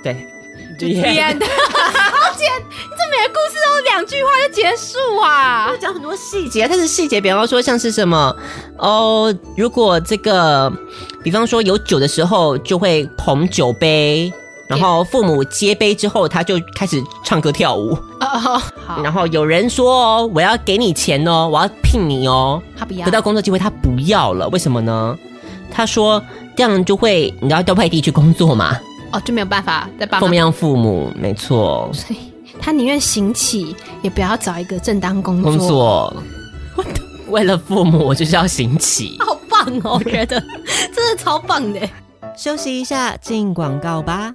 [SPEAKER 1] 对，
[SPEAKER 2] 天的，好简，你这每个故事都两句话就结束啊
[SPEAKER 1] 他！讲很多细节，但是细节，比方说像是什么哦，如果这个，比方说有酒的时候就会捧酒杯，然后父母接杯之后，他就开始唱歌跳舞，
[SPEAKER 2] 哦，好，
[SPEAKER 1] 然后有人说哦，我要给你钱哦，我要聘你哦，
[SPEAKER 2] 他不要
[SPEAKER 1] 得到工作机会，他不要了，为什么呢？他说这样就会，你知道到外地去工作嘛，
[SPEAKER 2] 哦，就没有办法再帮
[SPEAKER 1] 奉养父母，没错，
[SPEAKER 2] 他宁愿行乞，也不要找一个正当工作。
[SPEAKER 1] 工作， 为了父母，我就是要行乞。
[SPEAKER 2] 好棒哦，我 觉得真的超棒的。
[SPEAKER 1] 休息一下，进广告吧。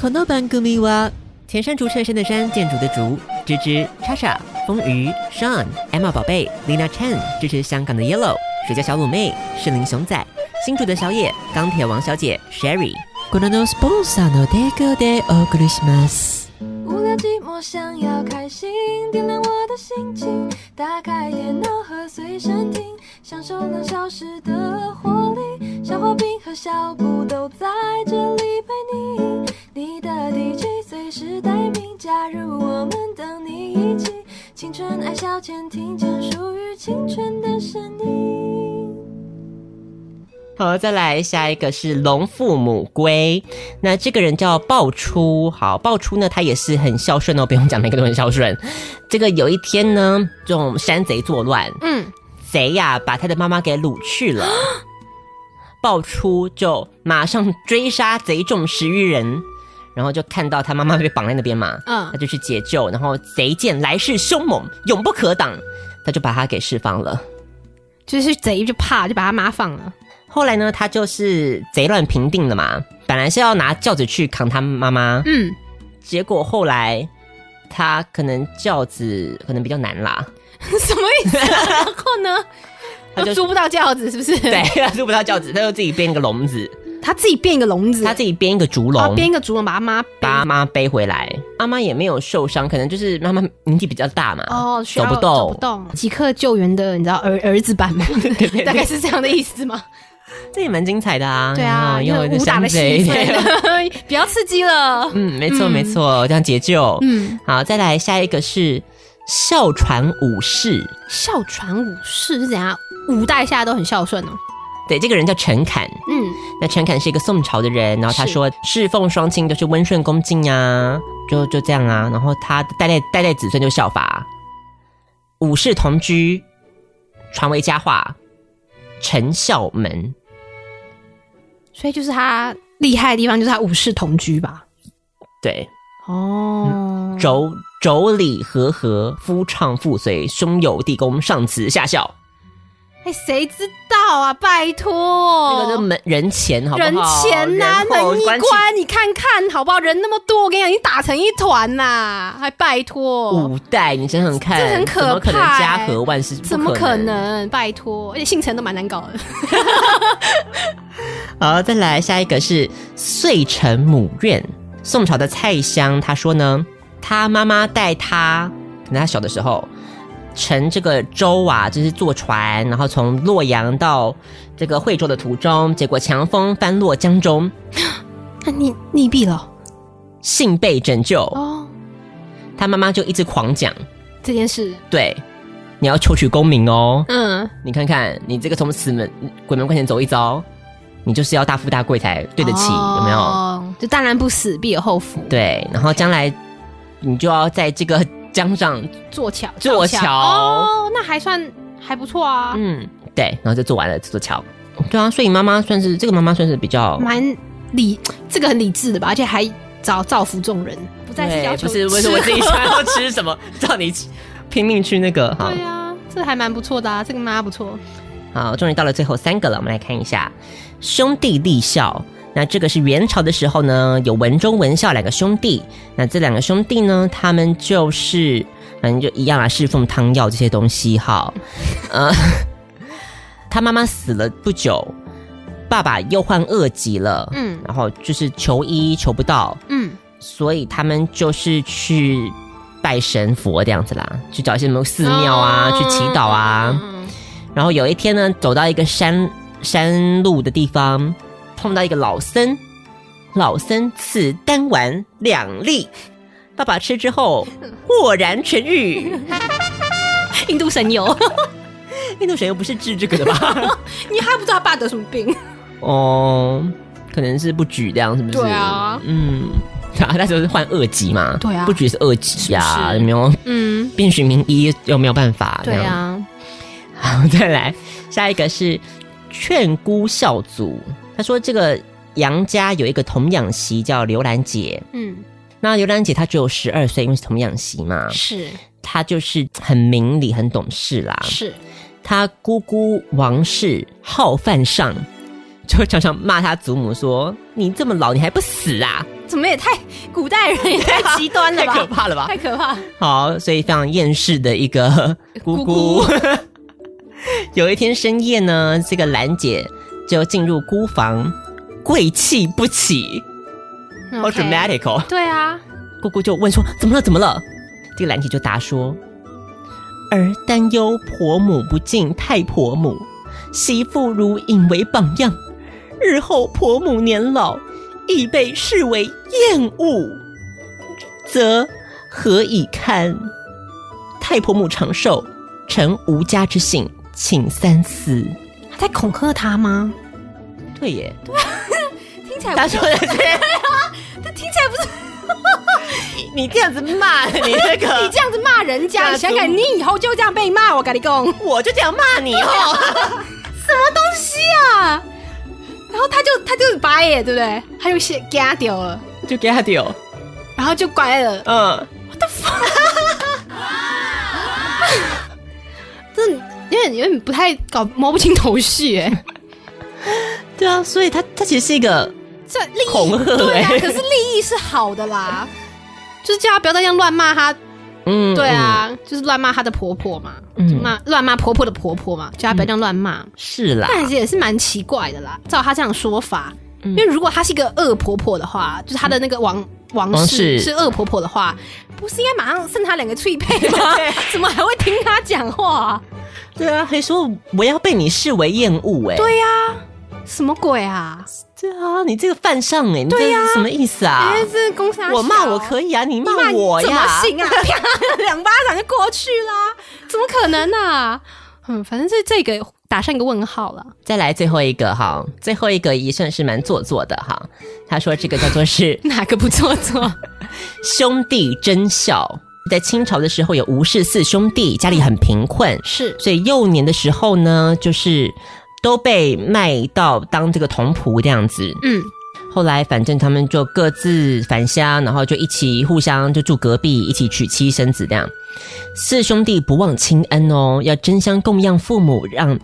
[SPEAKER 1] この番組は田山竹衬衫的山，建筑的竹，芝芝、叉叉、风鱼、Sean、Emma 宝贝、Lina Chen 支持香港的 Yellow、水饺小卤妹、士林熊仔、新竹的小野、钢铁王小姐 Sherry。このスポンサーの提供でお送りします。
[SPEAKER 3] 无聊寂寞，想要开心，点亮我的心情，打开电脑和随身听，享受两小时的活力。小花瓶和小布都在这里陪你，你的 DJ 随时待命，加入我们，等你一起。青春爱消遣，听见属于青春的声音。
[SPEAKER 1] 好，再来下一个是龙父母龟。那这个人叫鲍初，好，鲍初呢，他也是很孝顺哦，不用讲，每个都很孝顺。这个有一天呢，这种山贼作乱，
[SPEAKER 2] 嗯，
[SPEAKER 1] 贼呀、把他的妈妈给掳去了，鲍初就马上追杀贼众十余人，然后就看到他妈妈被绑在那边嘛，
[SPEAKER 2] 嗯
[SPEAKER 1] 他就去解救，然后贼见来势凶猛，勇不可挡，他就把他给释放了。
[SPEAKER 2] 就是贼就怕，就把他妈放了。
[SPEAKER 1] 后来呢，他就是贼乱平定了嘛，本来是要拿轿子去扛他妈妈，
[SPEAKER 2] 嗯，
[SPEAKER 1] 结果后来他可能轿子可能比较难啦，
[SPEAKER 2] 什么意思啊、然后呢，
[SPEAKER 1] 他就
[SPEAKER 2] 又租不到轿子，是不是？
[SPEAKER 1] 对，，他租不到轿子，他就自己编一个笼子，
[SPEAKER 2] 他自己变一个笼子，
[SPEAKER 1] 他自己编一个竹
[SPEAKER 2] 哦
[SPEAKER 1] 笼，
[SPEAKER 2] 编一个竹笼把嗯他妈
[SPEAKER 1] 把阿妈背回来，阿妈也没有受伤，可能就是妈妈年纪比较大嘛，
[SPEAKER 2] 哦，需
[SPEAKER 1] 走不
[SPEAKER 2] 要
[SPEAKER 1] 动
[SPEAKER 2] 走不，动，即刻救援的，你知道儿儿子 版吗？ 大概是这样的意思吗？
[SPEAKER 1] 这也蛮精彩的啊，
[SPEAKER 2] 对啊，
[SPEAKER 1] 然后又有一
[SPEAKER 2] 因
[SPEAKER 1] 个
[SPEAKER 2] 为武打
[SPEAKER 1] 山
[SPEAKER 2] 的
[SPEAKER 1] 贼
[SPEAKER 2] 戏，份 嗯比较刺激了。
[SPEAKER 1] 嗯，没错没错，这样解救。
[SPEAKER 2] 嗯，
[SPEAKER 1] 好，再来下一个是哮喘武士。
[SPEAKER 2] 哮喘武士是怎样？五代下来都很孝顺哦。
[SPEAKER 1] 对，这个人叫陈侃。
[SPEAKER 2] 嗯，
[SPEAKER 1] 那陈侃是一个宋朝的人，然后他
[SPEAKER 2] 是
[SPEAKER 1] 说侍奉双亲都是温顺恭敬啊，就就这样啊。然后他的代代代代子孙就效法，武士同居，传为佳话，陈孝门。
[SPEAKER 2] 所以就是他厉害的地方，就是他武士同居吧。
[SPEAKER 1] 对，
[SPEAKER 2] 哦，
[SPEAKER 1] 妯妯娌和合，夫唱妇随，兄友弟恭，上慈下孝。
[SPEAKER 2] 哎，谁知道啊？拜托，
[SPEAKER 1] 那个就门人前好不好？
[SPEAKER 2] 哦人前呐、
[SPEAKER 1] 人后
[SPEAKER 2] 门一
[SPEAKER 1] 关起
[SPEAKER 2] 关，你看看好不好？人那么多，我跟你讲，你打成一团呐、还拜托，
[SPEAKER 1] 五代，你想想看，
[SPEAKER 2] 这很可
[SPEAKER 1] 怎么可能
[SPEAKER 2] 怕欸
[SPEAKER 1] 家和万事？不
[SPEAKER 2] 怎么可？能？拜托，而且姓陈都蛮难搞的。
[SPEAKER 1] 好，再来下一个是遂城母院，宋朝的蔡襄，他说呢，他妈妈带他，可能他小的时候。乘这个舟啊，就是坐船，然后从洛阳到这个惠州的途中，结果强风翻落江中，
[SPEAKER 2] 那你溺毙了
[SPEAKER 1] 幸被拯救。
[SPEAKER 2] 哦？
[SPEAKER 1] 他妈妈就一直狂讲，
[SPEAKER 2] 这件事，
[SPEAKER 1] 对，你要求取功名哦，
[SPEAKER 2] 嗯，
[SPEAKER 1] 你看看，你这个从死门鬼门关前走一遭，你就是要大富大贵才对得起，
[SPEAKER 2] 哦
[SPEAKER 1] 有没有？
[SPEAKER 2] 有？就当然不死，必有后福。，
[SPEAKER 1] 对，然后将来你就要在这个江上，
[SPEAKER 2] 坐桥，
[SPEAKER 1] 坐
[SPEAKER 2] 上
[SPEAKER 1] 桥
[SPEAKER 2] 哦，那还算还不错啊，
[SPEAKER 1] 嗯，对，然后就做完了这座桥。对啊，所以妈妈算是这个妈妈算是比较
[SPEAKER 2] 蛮理，这个很理智的吧，而且还造造福众人，不再是
[SPEAKER 1] 对
[SPEAKER 2] 要，求
[SPEAKER 1] 不是不
[SPEAKER 2] 吃
[SPEAKER 1] 是
[SPEAKER 2] 喝
[SPEAKER 1] 我自己想要吃什么，让你拼命去那个哈。
[SPEAKER 2] 对啊，这还蛮不错的啊，这个妈不错。
[SPEAKER 1] 好，终于到了最后三个了，我们来看一下兄弟立孝。那这个是元朝的时候呢，有文忠、文孝两个兄弟。那这两个兄弟呢，他们就是反正就一样啊，侍奉汤药这些东西。哈，呃， 他妈妈死了不久，爸爸又患恶疾了，
[SPEAKER 2] 嗯
[SPEAKER 1] 然后就是求医求不到，
[SPEAKER 2] 嗯，
[SPEAKER 1] 所以他们就是去拜神佛这样子啦，去找一些什么寺庙啊，
[SPEAKER 2] 哦
[SPEAKER 1] 去祈祷啊。
[SPEAKER 2] 嗯
[SPEAKER 1] 然后有一天呢，走到一个山山路的地方，碰到一个老僧，老僧此丹丸两粒，爸爸吃之 后豁然痊愈。
[SPEAKER 2] 印度 神油，
[SPEAKER 1] 印度神又不是治这哎个的 吧？
[SPEAKER 2] 你还不知道他爸得什么病？
[SPEAKER 1] 哦，可能是不举这样，是不是？
[SPEAKER 2] 对啊，
[SPEAKER 1] 嗯。对啊，那时候是患恶疾嘛，
[SPEAKER 2] 对啊
[SPEAKER 1] 不举是恶疾
[SPEAKER 2] 是
[SPEAKER 1] 啊，
[SPEAKER 2] 不是
[SPEAKER 1] 有没有
[SPEAKER 2] 嗯，
[SPEAKER 1] 遍寻名医又没有办法，
[SPEAKER 2] 对
[SPEAKER 1] 这样
[SPEAKER 2] 啊，
[SPEAKER 1] 好， 再来下一个是劝姑孝祖。他说这个杨家有一个童养媳叫刘兰姐，
[SPEAKER 2] 嗯，
[SPEAKER 1] 那刘兰姐她只有十二岁，因为是童养媳嘛，
[SPEAKER 2] 是
[SPEAKER 1] 她就是很明理、很懂事啦。
[SPEAKER 2] 是，
[SPEAKER 1] 她姑姑王氏好犯上，就常常骂她祖母说：“你这么老，你还不死啊
[SPEAKER 2] 怎么也太古代人也太 极端？” 了
[SPEAKER 1] 太
[SPEAKER 2] 吧？
[SPEAKER 1] 可怕了吧！
[SPEAKER 2] 太可怕！
[SPEAKER 1] 好，所以非常厌世的一 个姑姑
[SPEAKER 2] 姑。
[SPEAKER 1] 有一天深夜呢，这个兰姐就进入姑房，贵气不起，好
[SPEAKER 2] OK
[SPEAKER 1] dramatic 哦。
[SPEAKER 2] 对啊，
[SPEAKER 1] 姑姑就问说：“怎么了？怎么了？”这个兰姐就答说：“儿担忧婆母不敬太婆母，媳妇如引为榜样，日后婆母年老，亦被视为厌恶，则何以堪？太婆母长寿，臣无家之幸，请三思。”
[SPEAKER 2] 他在恐吓他吗？
[SPEAKER 1] 对耶，
[SPEAKER 2] 听起来
[SPEAKER 1] 他
[SPEAKER 2] 不是
[SPEAKER 1] 说的是
[SPEAKER 2] 这听起来不是
[SPEAKER 1] 你这样子骂你那个，
[SPEAKER 2] 你这样子骂人家，
[SPEAKER 1] 大
[SPEAKER 2] 你想想，
[SPEAKER 1] 叔
[SPEAKER 2] 你以后就这样被骂，我跟你讲，
[SPEAKER 1] 我就这样骂你哦。
[SPEAKER 2] 东西啊！然后他就他就白耶，对不对？他就先给他丢了，
[SPEAKER 1] 就给他丢，
[SPEAKER 2] 然后就乖了。
[SPEAKER 1] 嗯，
[SPEAKER 2] 这有点有点不太搞摸不清头绪哎，
[SPEAKER 1] 对啊，所以他他其实是一个
[SPEAKER 2] 这利益
[SPEAKER 1] 恐吓
[SPEAKER 2] 对啊，
[SPEAKER 1] 欸
[SPEAKER 2] 可是利益是好的啦，就是叫他不要再这样乱骂他，
[SPEAKER 1] 嗯，
[SPEAKER 2] 对啊，就是乱骂他的婆婆嘛，
[SPEAKER 1] 嗯
[SPEAKER 2] 就骂乱骂婆婆的婆婆嘛，叫他不要这样乱骂，
[SPEAKER 1] 嗯，是啦，
[SPEAKER 2] 但是也是蛮奇怪的啦，照他这样说法，
[SPEAKER 1] 嗯
[SPEAKER 2] 因为如果她是一个恶婆婆的话，就是她的那个王。王
[SPEAKER 1] 王
[SPEAKER 2] 氏
[SPEAKER 1] 氏
[SPEAKER 2] 是恶婆婆的话，不是应该马上剩她两个翠配 吗？怎么还会听她讲话啊、
[SPEAKER 1] 对啊，还说我要被你视为厌恶哎，
[SPEAKER 2] 对呀、什么鬼啊？
[SPEAKER 1] 对啊，你这个犯上哎、你对呀、什么意思啊？
[SPEAKER 2] 哎，这公司
[SPEAKER 1] 我骂我可以啊，你骂
[SPEAKER 2] 骂
[SPEAKER 1] 我
[SPEAKER 2] 怎么
[SPEAKER 1] 呀？
[SPEAKER 2] 行啊？ 啪，两巴掌就过去啦，怎么可能啊？嗯，反正这这个打上一个问号了。
[SPEAKER 1] 再来最后一个哈，最后一个也算是蛮做作的哈。他说这个叫做是
[SPEAKER 2] 哪个不做作？
[SPEAKER 1] 兄弟争孝。在清朝的时候有吴氏四兄弟，家里很贫困，
[SPEAKER 2] 嗯是
[SPEAKER 1] 所以幼年的时候呢，就是都被卖到当这个童仆这样子。
[SPEAKER 2] 嗯，
[SPEAKER 1] 后来反正他们就各自返乡，然后就一起互相就住隔壁，一起娶妻生子这样。四兄弟不忘亲恩哦，要争相供养父母，让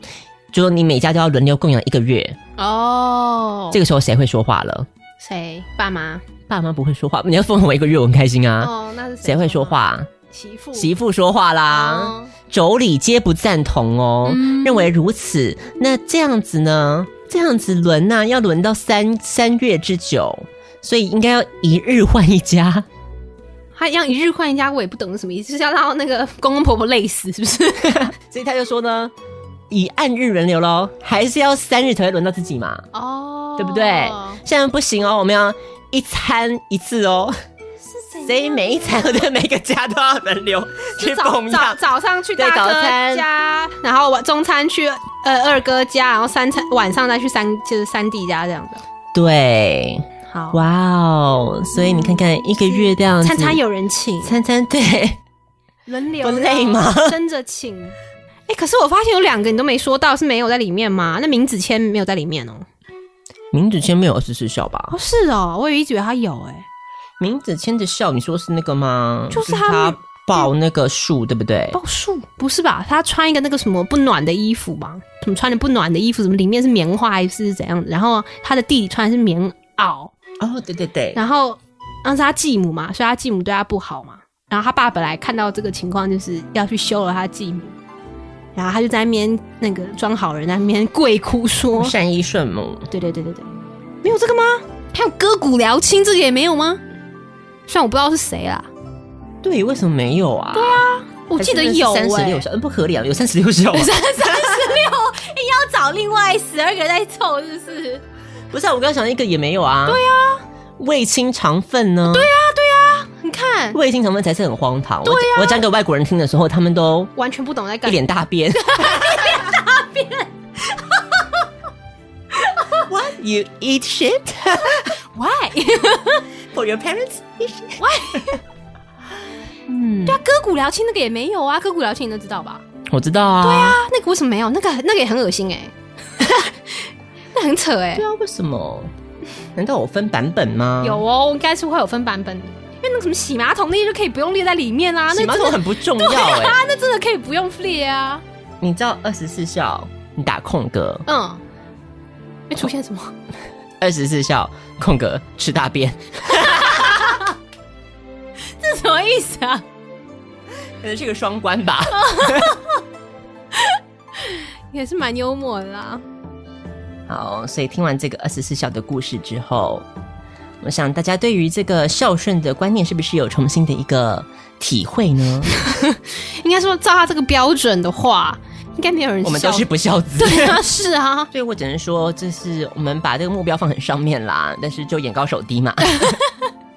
[SPEAKER 1] 就说你每家都要轮流供养一个月。
[SPEAKER 2] 哦，
[SPEAKER 1] 这个时候谁会说话了？
[SPEAKER 2] 谁爸妈？
[SPEAKER 1] 爸妈不会说话，你要奉我一个月，我很开心啊。
[SPEAKER 2] 哦，那是
[SPEAKER 1] 谁会说？话？
[SPEAKER 2] 媳妇，
[SPEAKER 1] 媳妇说话啦，
[SPEAKER 2] 哦嗯
[SPEAKER 1] 妯娌皆不赞同哦，认为如此，那这样子呢？这样子轮呐、要轮到三三月之久，所以应该要一日换一 家。
[SPEAKER 2] 他让一日换一家，我也不懂是什么意思，就是要让那个 公公婆婆累死，是不是？
[SPEAKER 1] 所以他就说呢，以按日轮流喽，还是要三日才会轮到自己嘛，
[SPEAKER 2] 哦，
[SPEAKER 1] 对不对？现在不行哦，我们要一餐一次哦，所以每一餐我对每个家都要轮流去
[SPEAKER 2] 早
[SPEAKER 1] 奉
[SPEAKER 2] 早
[SPEAKER 1] 养。
[SPEAKER 2] 早上去
[SPEAKER 1] 对
[SPEAKER 2] 大
[SPEAKER 1] 早
[SPEAKER 2] 哥
[SPEAKER 1] 餐
[SPEAKER 2] 家，然后晚中餐去呃二哥家，然后三餐晚上再去三就是三弟家这样的。
[SPEAKER 1] 对，
[SPEAKER 2] 好，
[SPEAKER 1] 哇哦！所以你看看一个月这样子，
[SPEAKER 2] 餐餐有人请，
[SPEAKER 1] 餐餐对，
[SPEAKER 2] 轮流
[SPEAKER 1] 不累吗？
[SPEAKER 2] 争着请。哎、可是我发现有两个你都没说到，是没有在里面吗？那明子谦没有在里面哦。
[SPEAKER 1] 明子谦没有二十四孝吧
[SPEAKER 2] 哦，？是哦，我也一直以为他有哎、
[SPEAKER 1] 明子谦的孝，你说是那个吗？
[SPEAKER 2] 就是他
[SPEAKER 1] 他嗯抱那个树，对不对？
[SPEAKER 2] 报数不是吧？他穿一个那个什么不暖的衣服吧？怎么穿的不暖的衣服？怎么里面是棉花还是怎样？然后他的弟弟穿的是棉袄，
[SPEAKER 1] 哦，对对对，
[SPEAKER 2] 然后那是他继母嘛，所以他继母对他不好嘛。然后他爸本来看到这个情况，就是要去休了他继母，然后他就在那边那个装好人，在那边跪哭说
[SPEAKER 1] 善意顺母，：“
[SPEAKER 2] 对对对对对，没有这个吗？还有割骨疗亲这个也没有吗？虽然我不知道是谁啦，
[SPEAKER 1] 对，为什么没有啊？对啊，
[SPEAKER 2] 我记得有哎、
[SPEAKER 1] 三十六孝，嗯，不合理啊，有三十六孝啊。
[SPEAKER 2] 三三十六，硬要找另外十二个在凑，是不是？
[SPEAKER 1] 不是啊，我刚刚想一个也没有啊。对啊，卫青肠粪呢？对啊，
[SPEAKER 2] 你看，
[SPEAKER 1] 卫青肠粪才是很荒唐。对啊，我讲给外国人听的时候，他们都
[SPEAKER 2] 完全不懂在
[SPEAKER 1] 一
[SPEAKER 2] 干嘛。
[SPEAKER 1] 脸大 便，一脸大便。What you eat shit
[SPEAKER 2] Why？
[SPEAKER 1] for your parents? Eat shit.
[SPEAKER 2] 对啊，割骨疗亲那个也没有啊，割骨疗亲你都知道吧？
[SPEAKER 1] 我知道啊。对啊，
[SPEAKER 2] 啊，那个为什么没有？那个那个也很恶心哎、 那很扯哎、
[SPEAKER 1] 对啊，为什么？难道我分版本吗？
[SPEAKER 2] 有哦，应该是会有分版本的，因为那个什么洗马桶那些就可以不用列在里面啦、啊。
[SPEAKER 1] 洗马桶很不重要哎、
[SPEAKER 2] 啊，那真的可以不用列啊。
[SPEAKER 1] 你知道二十四孝，你打空格，
[SPEAKER 2] 嗯，会哎出现什么？
[SPEAKER 1] 二十四孝空格吃大便，
[SPEAKER 2] 这什么意思啊？
[SPEAKER 1] 可能是个双关吧。
[SPEAKER 2] 也是蛮幽默的啦。
[SPEAKER 1] 好，所以听完这个二十四孝的故事之后，我想大家对于这个孝顺的观念是不是有重新的一个体会 呢？
[SPEAKER 2] 应该说，照他这个标准的话，应该没有人
[SPEAKER 1] 我们都
[SPEAKER 2] 笑
[SPEAKER 1] 是不孝子。
[SPEAKER 2] 对啊， 是啊，
[SPEAKER 1] 所以我只能说，这是我们把这个目标放很上面啦，但是就眼高手低 嘛，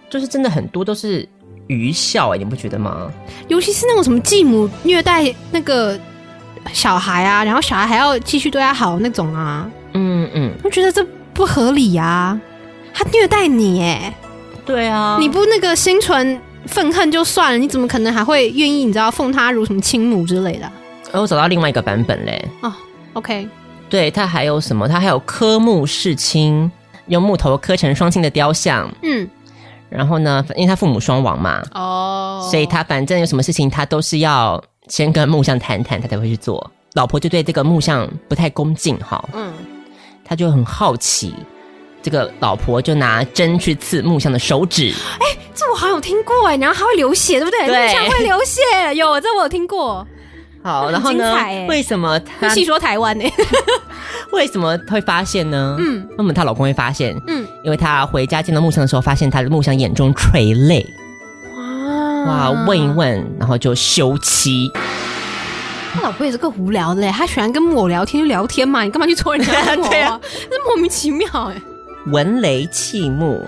[SPEAKER 1] 就是真的很多都是愚孝哎、你不觉得吗？
[SPEAKER 2] 尤其是那种什么继母虐待那个小孩啊，然后小孩还要继续对他好那种啊，
[SPEAKER 1] 嗯嗯，
[SPEAKER 2] 我觉得这不合理啊。他虐待你，哎，
[SPEAKER 1] 对啊，
[SPEAKER 2] 你不那个心存愤恨就算了，你怎么可能还会愿意你知道奉他如什么亲母之类的啊、啊
[SPEAKER 1] 哦我找到另外一个版本嘞，
[SPEAKER 2] o k
[SPEAKER 1] 对，它还有什么？它还有科木世亲，用木头刻成双亲的雕像，
[SPEAKER 2] 嗯，
[SPEAKER 1] 然后呢，因为他父母双亡嘛，
[SPEAKER 2] 哦
[SPEAKER 1] 所以他反正有什么事情，他都是要先跟木像谈谈，他才会去做。老婆就对这个木像不太恭敬哈，
[SPEAKER 2] 嗯，
[SPEAKER 1] 他就很好奇，这个老婆就拿针去刺木像的手指，
[SPEAKER 2] 这我好像有听过哎，然后还会流血，对不对？
[SPEAKER 1] 对
[SPEAKER 2] 木像会流血，有这我有听过。
[SPEAKER 1] 好，
[SPEAKER 2] 很
[SPEAKER 1] 然后
[SPEAKER 2] 精
[SPEAKER 1] 呢
[SPEAKER 2] 彩欸，
[SPEAKER 1] 为什么
[SPEAKER 2] 会
[SPEAKER 1] 他
[SPEAKER 2] 细说台湾呢？
[SPEAKER 1] 为什么会发现呢？
[SPEAKER 2] 嗯
[SPEAKER 1] 那么她老公会发现，
[SPEAKER 2] 嗯，
[SPEAKER 1] 因为她回家见到木像的时候，发现她的木像眼中垂啊
[SPEAKER 2] 啊
[SPEAKER 1] 泪，哇，问一问，然后就休妻。
[SPEAKER 2] 他老婆也是个无聊的嘞，他喜欢跟我聊天就聊天嘛，你干嘛去戳人家 的
[SPEAKER 1] 对
[SPEAKER 2] 啊
[SPEAKER 1] 啊？
[SPEAKER 2] 这莫名其妙哎、
[SPEAKER 1] 闻雷泣目。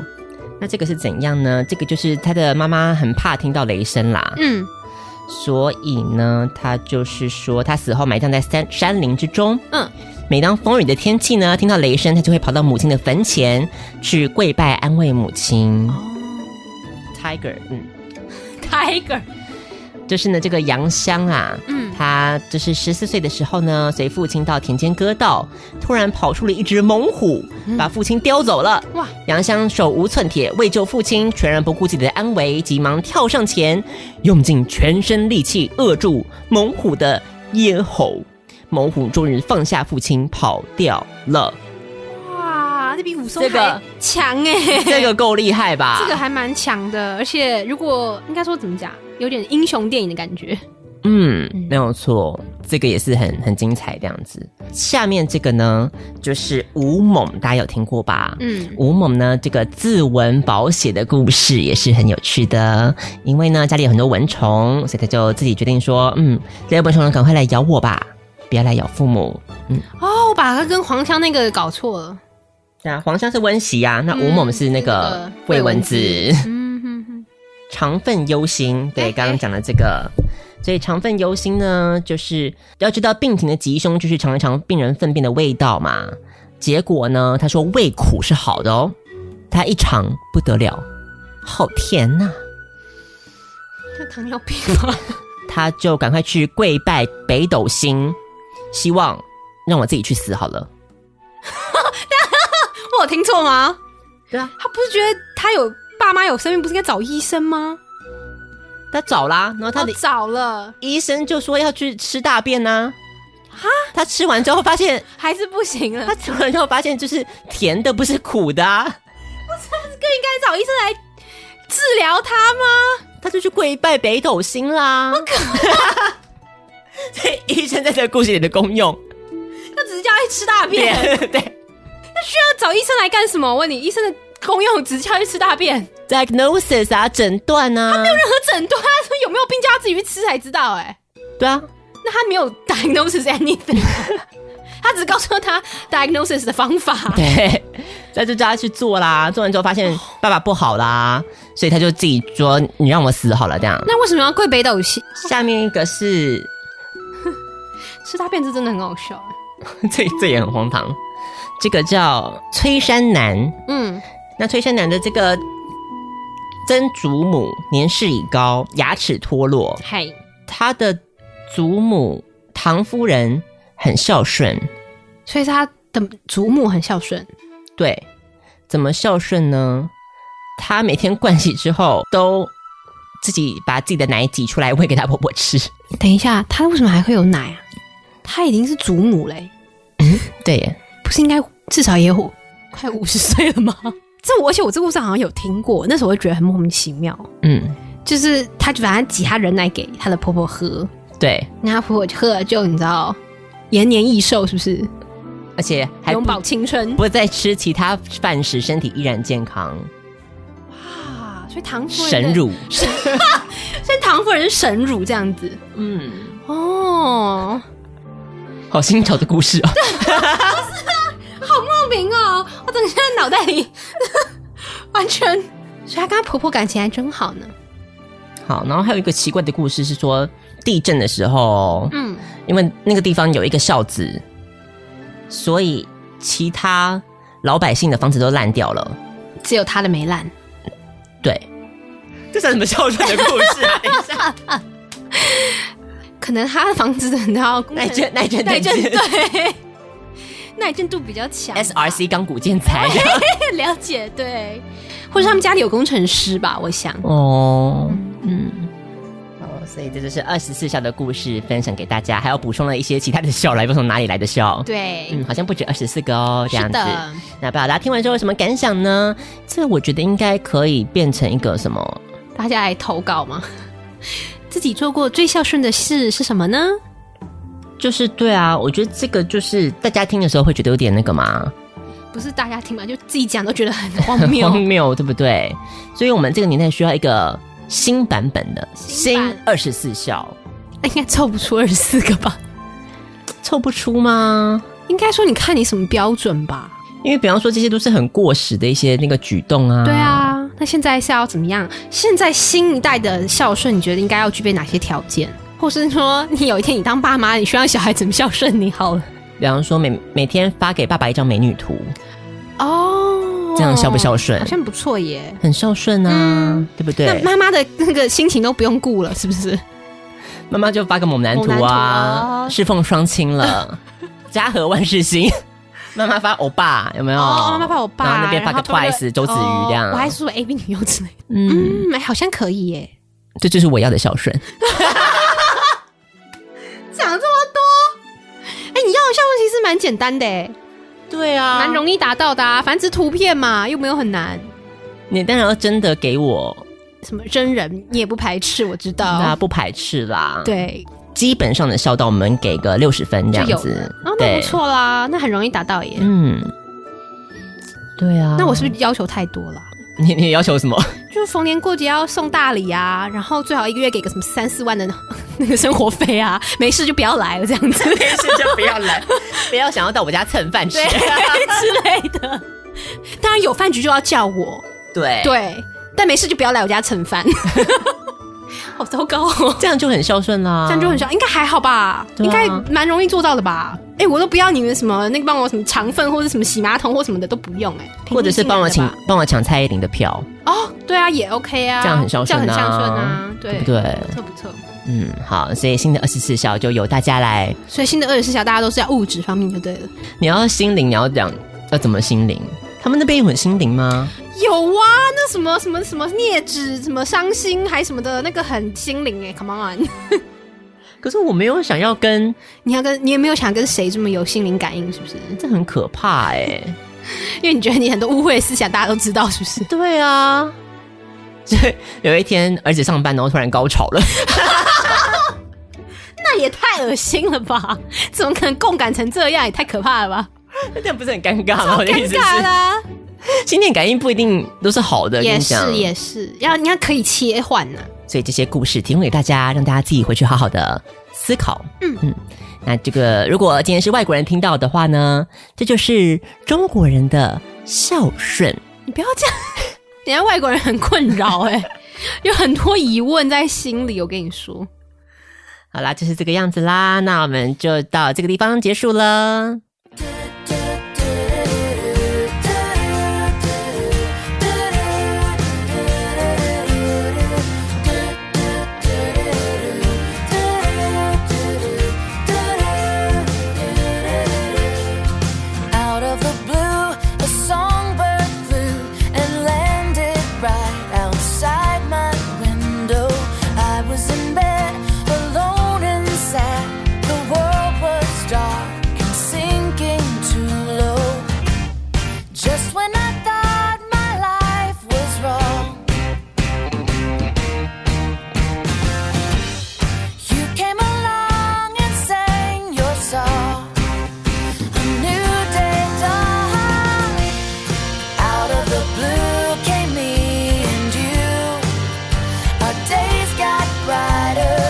[SPEAKER 1] 那这个是怎样呢？这个就是他的妈妈很怕听到雷声啦，
[SPEAKER 2] 嗯，
[SPEAKER 1] 所以呢，他就是说他死后埋葬在山山林之中。
[SPEAKER 2] 嗯，
[SPEAKER 1] 每当风雨的天气呢，听到雷声，他就会跑到母亲的坟前去跪拜安慰母亲。Tiger，嗯，
[SPEAKER 2] Tiger，
[SPEAKER 1] 就是呢，这个杨香啊，
[SPEAKER 2] 嗯
[SPEAKER 1] 他就是十四岁的时候呢，随父亲到田间割稻，突然跑出了一只猛虎，把父亲叼走了。
[SPEAKER 2] 嗯哇！
[SPEAKER 1] 杨香手无寸铁，为救父亲，全然不顾自己的安危，急忙跳上前，用尽全身力气扼住猛虎的咽喉。猛虎终于放下父亲，跑掉了。
[SPEAKER 2] 哇，这比武松
[SPEAKER 1] 这个
[SPEAKER 2] 还强哎、
[SPEAKER 1] 这个够厉害吧？
[SPEAKER 2] 这个还蛮强的，而且如果应该说怎么讲，有点英雄电影的感觉。
[SPEAKER 1] 嗯
[SPEAKER 2] 嗯，
[SPEAKER 1] 没有错，这个也是很很精彩这样子。下面这个呢，就是吴猛，大家有听过吧？
[SPEAKER 2] 嗯，
[SPEAKER 1] 吴猛呢，这个自文保险的故事也是很有趣的，因为呢家里有很多蚊虫，所以他就自己决定说，嗯，这些蚊虫呢赶快来咬我吧，不要来咬父母。
[SPEAKER 2] 哦，我把它跟黄腔那个搞错了。
[SPEAKER 1] 那黄香是温席呀、那吴
[SPEAKER 2] 嗯
[SPEAKER 1] 猛是那个
[SPEAKER 2] 那个
[SPEAKER 1] 魏文
[SPEAKER 2] 魏
[SPEAKER 1] 子，
[SPEAKER 2] 嗯哼哼，
[SPEAKER 1] 肠粪忧心，
[SPEAKER 2] 哎
[SPEAKER 1] 对，刚刚讲的这个。所以肠粪忧心呢，就是要知道病情的吉凶，就是尝一尝病人粪便的味道嘛。结果呢，他说胃苦是好的哦，他一尝不得了，好甜呐、
[SPEAKER 2] 像糖尿病吧？
[SPEAKER 1] 他就赶快去跪拜北斗星，希望让我自己去死好了。
[SPEAKER 2] 我有听错吗？
[SPEAKER 1] 对啊，
[SPEAKER 2] 他不是觉得他有爸妈有生病，不是应该找医生吗？
[SPEAKER 1] 他找啦，然后他
[SPEAKER 2] 他
[SPEAKER 1] 的
[SPEAKER 2] 找了，
[SPEAKER 1] 医生就说要去吃大便呐、哈，他吃完之后发现，
[SPEAKER 2] 还是不行了。
[SPEAKER 1] 他
[SPEAKER 2] 他
[SPEAKER 1] 吃完之后发现就是甜的，不是苦的、啊。
[SPEAKER 2] 应该找医生来治疗他吗？
[SPEAKER 1] 他就去跪拜北斗星啦。 所以医生在这个故事里的功用，
[SPEAKER 2] 那只是叫他去吃大便，
[SPEAKER 1] 对
[SPEAKER 2] 那找医生来干什么？我问你，医生的功用只是叫他去吃大便， 任
[SPEAKER 1] diagnosis 啊，诊断啊，
[SPEAKER 2] 何诊断他说有没有病，叫他自己去吃才知道、哎，
[SPEAKER 1] 对啊，
[SPEAKER 2] 那他没有 diagnosis anything，他只告诉他 diagnosis 的方 法。
[SPEAKER 1] 对， 那就叫他去做啦。做完之后发现爸爸不好啦，所以他就自己说：“你让我死好了。”这样。
[SPEAKER 2] 那为什么要跪北斗星？
[SPEAKER 1] 下面一个 是，
[SPEAKER 2] 吃大便是真的很好笑、哎
[SPEAKER 1] 这这也很荒唐，这个叫崔山南。
[SPEAKER 2] 嗯，
[SPEAKER 1] 那崔山南的这个曾祖母年事已高，牙齿脱落，
[SPEAKER 2] 嘿，
[SPEAKER 1] 他的祖母唐夫人很孝顺，
[SPEAKER 2] 所以是他的祖母很孝顺，
[SPEAKER 1] 对，怎么孝顺呢？她每天盥洗之后，都自己把自己的奶挤出来喂给她婆婆吃。
[SPEAKER 2] 等一下，他为什么还会有奶啊？他已经是祖母嘞、
[SPEAKER 1] 对耶，
[SPEAKER 2] 不是应该至少也有快五十岁了吗？ 这我而且我这故事好像有听过，那时候我就觉得很莫名其妙，
[SPEAKER 1] 嗯，
[SPEAKER 2] 就是她就把她挤她人奶给她的婆婆喝，
[SPEAKER 1] 对，
[SPEAKER 2] 那她婆婆就喝了就你知道延年益寿是不是？
[SPEAKER 1] 而且还
[SPEAKER 2] 永
[SPEAKER 1] 不
[SPEAKER 2] 葆青春
[SPEAKER 1] 不再吃其他饭时，身体依然健康。
[SPEAKER 2] 啊！所以唐夫人的
[SPEAKER 1] 神，乳，
[SPEAKER 2] 所以唐夫人是神乳这样子
[SPEAKER 1] 嗯，
[SPEAKER 2] 哦，
[SPEAKER 1] 好新潮的故事哦。
[SPEAKER 2] 好莫名哦！我整个现在脑袋里 完全，所以她跟她婆婆感情还真好呢。
[SPEAKER 1] 好，然后还有一个奇怪的故事是说，地震的时候，
[SPEAKER 2] 嗯，
[SPEAKER 1] 因为那个地方有一个孝子，所以其他老百姓的房子都烂掉了。
[SPEAKER 2] 只有她的没烂，
[SPEAKER 1] 对，这算什么孝顺的故事 啊？等一下，
[SPEAKER 2] 可能她的房子等到
[SPEAKER 1] 耐震耐震
[SPEAKER 2] 耐震
[SPEAKER 1] 耐震
[SPEAKER 2] 对， 耐震度比较强吧。
[SPEAKER 1] SRC 钢骨建材
[SPEAKER 2] 了解对，或者他们家里有工程师吧，我想。
[SPEAKER 1] 哦。
[SPEAKER 2] 嗯，
[SPEAKER 1] 哦，所以这就是二十四孝的故事分享给大家，还有补充了一些其他的孝来，不知道从哪里来的孝。，
[SPEAKER 2] 对
[SPEAKER 1] 嗯，，好像不止二十四个哦，这
[SPEAKER 2] 是
[SPEAKER 1] 样子。
[SPEAKER 2] 的，
[SPEAKER 1] 那不知道大家听完之后有什么感想呢？这我觉得应该可以变成一个什么？
[SPEAKER 2] 大家来投稿吗？ 自己做过最孝顺的事是什么呢？
[SPEAKER 1] 就是对啊，我觉得这个就是大家听的时候会觉得有点那个嘛，
[SPEAKER 2] 不是大家听嘛，就自己讲都觉得 很荒
[SPEAKER 1] 很
[SPEAKER 2] 谬
[SPEAKER 1] 荒。谬，对不对？所以我们这个年代需要一个新版本的
[SPEAKER 2] 新版
[SPEAKER 1] 二十四孝。
[SPEAKER 2] 应该凑不出二十四个吧？
[SPEAKER 1] 凑不出吗？
[SPEAKER 2] 应该说你看你什么标准吧？
[SPEAKER 1] 因为比方说这些都是很过时的一些那个举动啊。
[SPEAKER 2] 对，啊，那现在是要怎么样？现在新一代的孝顺，你觉得应该要具备哪些条件？或是说，你有一天你当爸妈，你希望小孩怎么孝顺你好了？
[SPEAKER 1] 比方说每每天发给爸爸一张美女图，
[SPEAKER 2] 哦，
[SPEAKER 1] 这样孝不孝顺
[SPEAKER 2] 好像不错耶。
[SPEAKER 1] 很孝顺啊，
[SPEAKER 2] 嗯
[SPEAKER 1] 对不
[SPEAKER 2] 那
[SPEAKER 1] 对？
[SPEAKER 2] 妈妈的那个心情都不用顾了，是不是？
[SPEAKER 1] 妈妈就发个猛男图
[SPEAKER 2] 猛男图
[SPEAKER 1] 啊，
[SPEAKER 2] 啊
[SPEAKER 1] 侍奉双亲 了，家和万事兴。妈妈发欧巴有没有？
[SPEAKER 2] 哦，妈妈把我爸，
[SPEAKER 1] 然后那边发个
[SPEAKER 2] 然后爸爸
[SPEAKER 1] Twice 周子瑜这样。
[SPEAKER 2] 哦我还说 A B 女优之类的。
[SPEAKER 1] 嗯，
[SPEAKER 2] 嗯，好像可以耶。
[SPEAKER 1] 这就是我要的孝顺。
[SPEAKER 2] 讲这么多，哎、你要的孝顺其实蛮简单的哎，
[SPEAKER 1] 对啊
[SPEAKER 2] 蛮容易达到的啊，反正只是图片嘛，又没有很难。
[SPEAKER 1] 你当然要真的给我，
[SPEAKER 2] 什么真人你也不排斥，我知
[SPEAKER 1] 大家
[SPEAKER 2] 道。
[SPEAKER 1] 不排斥啦。，
[SPEAKER 2] 哦对，
[SPEAKER 1] 基本上的孝道我们给个六十分这样
[SPEAKER 2] 就有
[SPEAKER 1] 子
[SPEAKER 2] 哦，，那
[SPEAKER 1] 对
[SPEAKER 2] 不，错啦，那很容易达到耶。
[SPEAKER 1] 嗯，对啊。
[SPEAKER 2] 那我是不是要求太多了？
[SPEAKER 1] 你你要求 什么？
[SPEAKER 2] 就是逢年过节要送大礼啊，然后最好一个月给个什么三四万的那个生活费啊，没事就不要来了这样 子
[SPEAKER 1] 没事就不要来， 不要想要到我家蹭饭吃。
[SPEAKER 2] 之类 的。当然有饭局就要叫我，
[SPEAKER 1] 对，
[SPEAKER 2] 对，但没事就不要来我家蹭饭。 好糟糕哦，嗯
[SPEAKER 1] 这样就很孝顺啦。
[SPEAKER 2] 这样就很小，应该还好吧？
[SPEAKER 1] 对
[SPEAKER 2] 应
[SPEAKER 1] 啊
[SPEAKER 2] 该蛮容易做到的吧？哎、我都不要你们什么那个帮我什么肠粪或者什么洗马桶或什么的都不用哎、平
[SPEAKER 1] 或者
[SPEAKER 2] 易
[SPEAKER 1] 是
[SPEAKER 2] 近
[SPEAKER 1] 帮我
[SPEAKER 2] 人的
[SPEAKER 1] 请
[SPEAKER 2] 吧
[SPEAKER 1] 帮我抢蔡依林的票，
[SPEAKER 2] 哦，对啊，也 OK 啊，
[SPEAKER 1] 这样很孝顺啊
[SPEAKER 2] 这样很孝顺啊，对
[SPEAKER 1] 对不对？
[SPEAKER 2] 不错不错。
[SPEAKER 1] 嗯，好，所以新的二十四孝就由大家来，
[SPEAKER 2] 所以新的二十四小大家都是要物质方面就对了。
[SPEAKER 1] 你要心灵，你要讲要怎么心灵？他们那边有很心灵吗？
[SPEAKER 2] 有啊，那什么什么什么镊子，什么伤心还什么的，那个很心灵哎、c o m e on！
[SPEAKER 1] 可是我没有想要跟，
[SPEAKER 2] 你要跟你也没有想跟谁这么有心灵感应，是不是？
[SPEAKER 1] 这很可怕哎、
[SPEAKER 2] 因为你觉得你很多污秽的思想大家都知道，是不是？
[SPEAKER 1] 对啊，所以有一天儿子上班，然后突然高潮了，
[SPEAKER 2] 那也太恶心了吧！ 怎么可能共感成这样？也太可怕了吧！
[SPEAKER 1] 这样不是很尴尬吗？我的意
[SPEAKER 2] 尴
[SPEAKER 1] 思
[SPEAKER 2] 尬啊
[SPEAKER 1] 是，
[SPEAKER 2] 啦，
[SPEAKER 1] 心电感应不一定都是好的，
[SPEAKER 2] 也
[SPEAKER 1] 跟你讲
[SPEAKER 2] 是也是，要你要可以切换啊呐、
[SPEAKER 1] 所以这些故事提供给大家，让大家自己回去好好的思考。
[SPEAKER 2] 嗯
[SPEAKER 1] 嗯，那这个如果今天是外国人听到的话呢，这就是中国人的孝顺。
[SPEAKER 2] 你不要这样， 人家外国人很困扰哎、有很多疑问在心里。我跟你说，
[SPEAKER 1] 好啦，就是这个样子啦，那我们就到这个地方结束了。
[SPEAKER 3] Out of the blue, a songbird flew and landed right outside my window. I was in bed, alone and sad. The world was dark and sinking too low. Just when I thought my life was wrong. You came along and sang your song. A new day dawned. Out of the blue came me and you. Our days got brighter.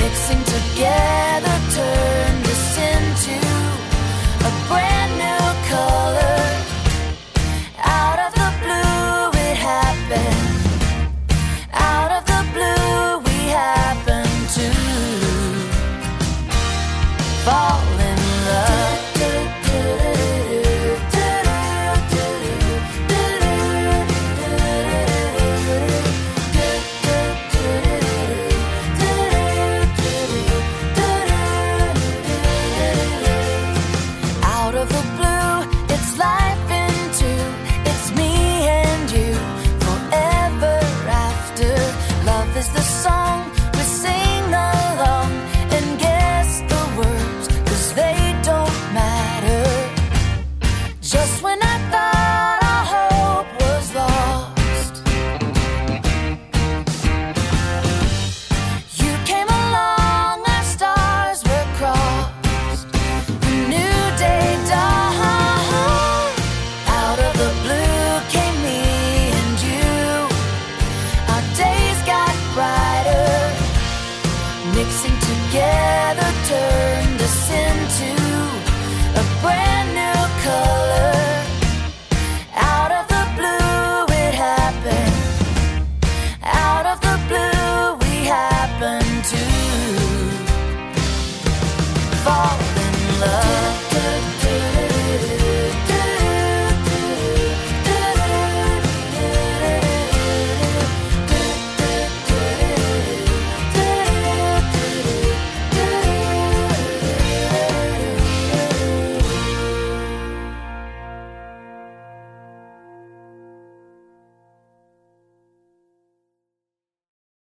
[SPEAKER 3] Mixing together turned us into a brand new color. Out of the blue it happened. Out of the blue we happened to fall in love. Out of the blue, it's life into it's me and you forever after. Love is the song we sing along and guess the words, cause they don't matter. Just when I thought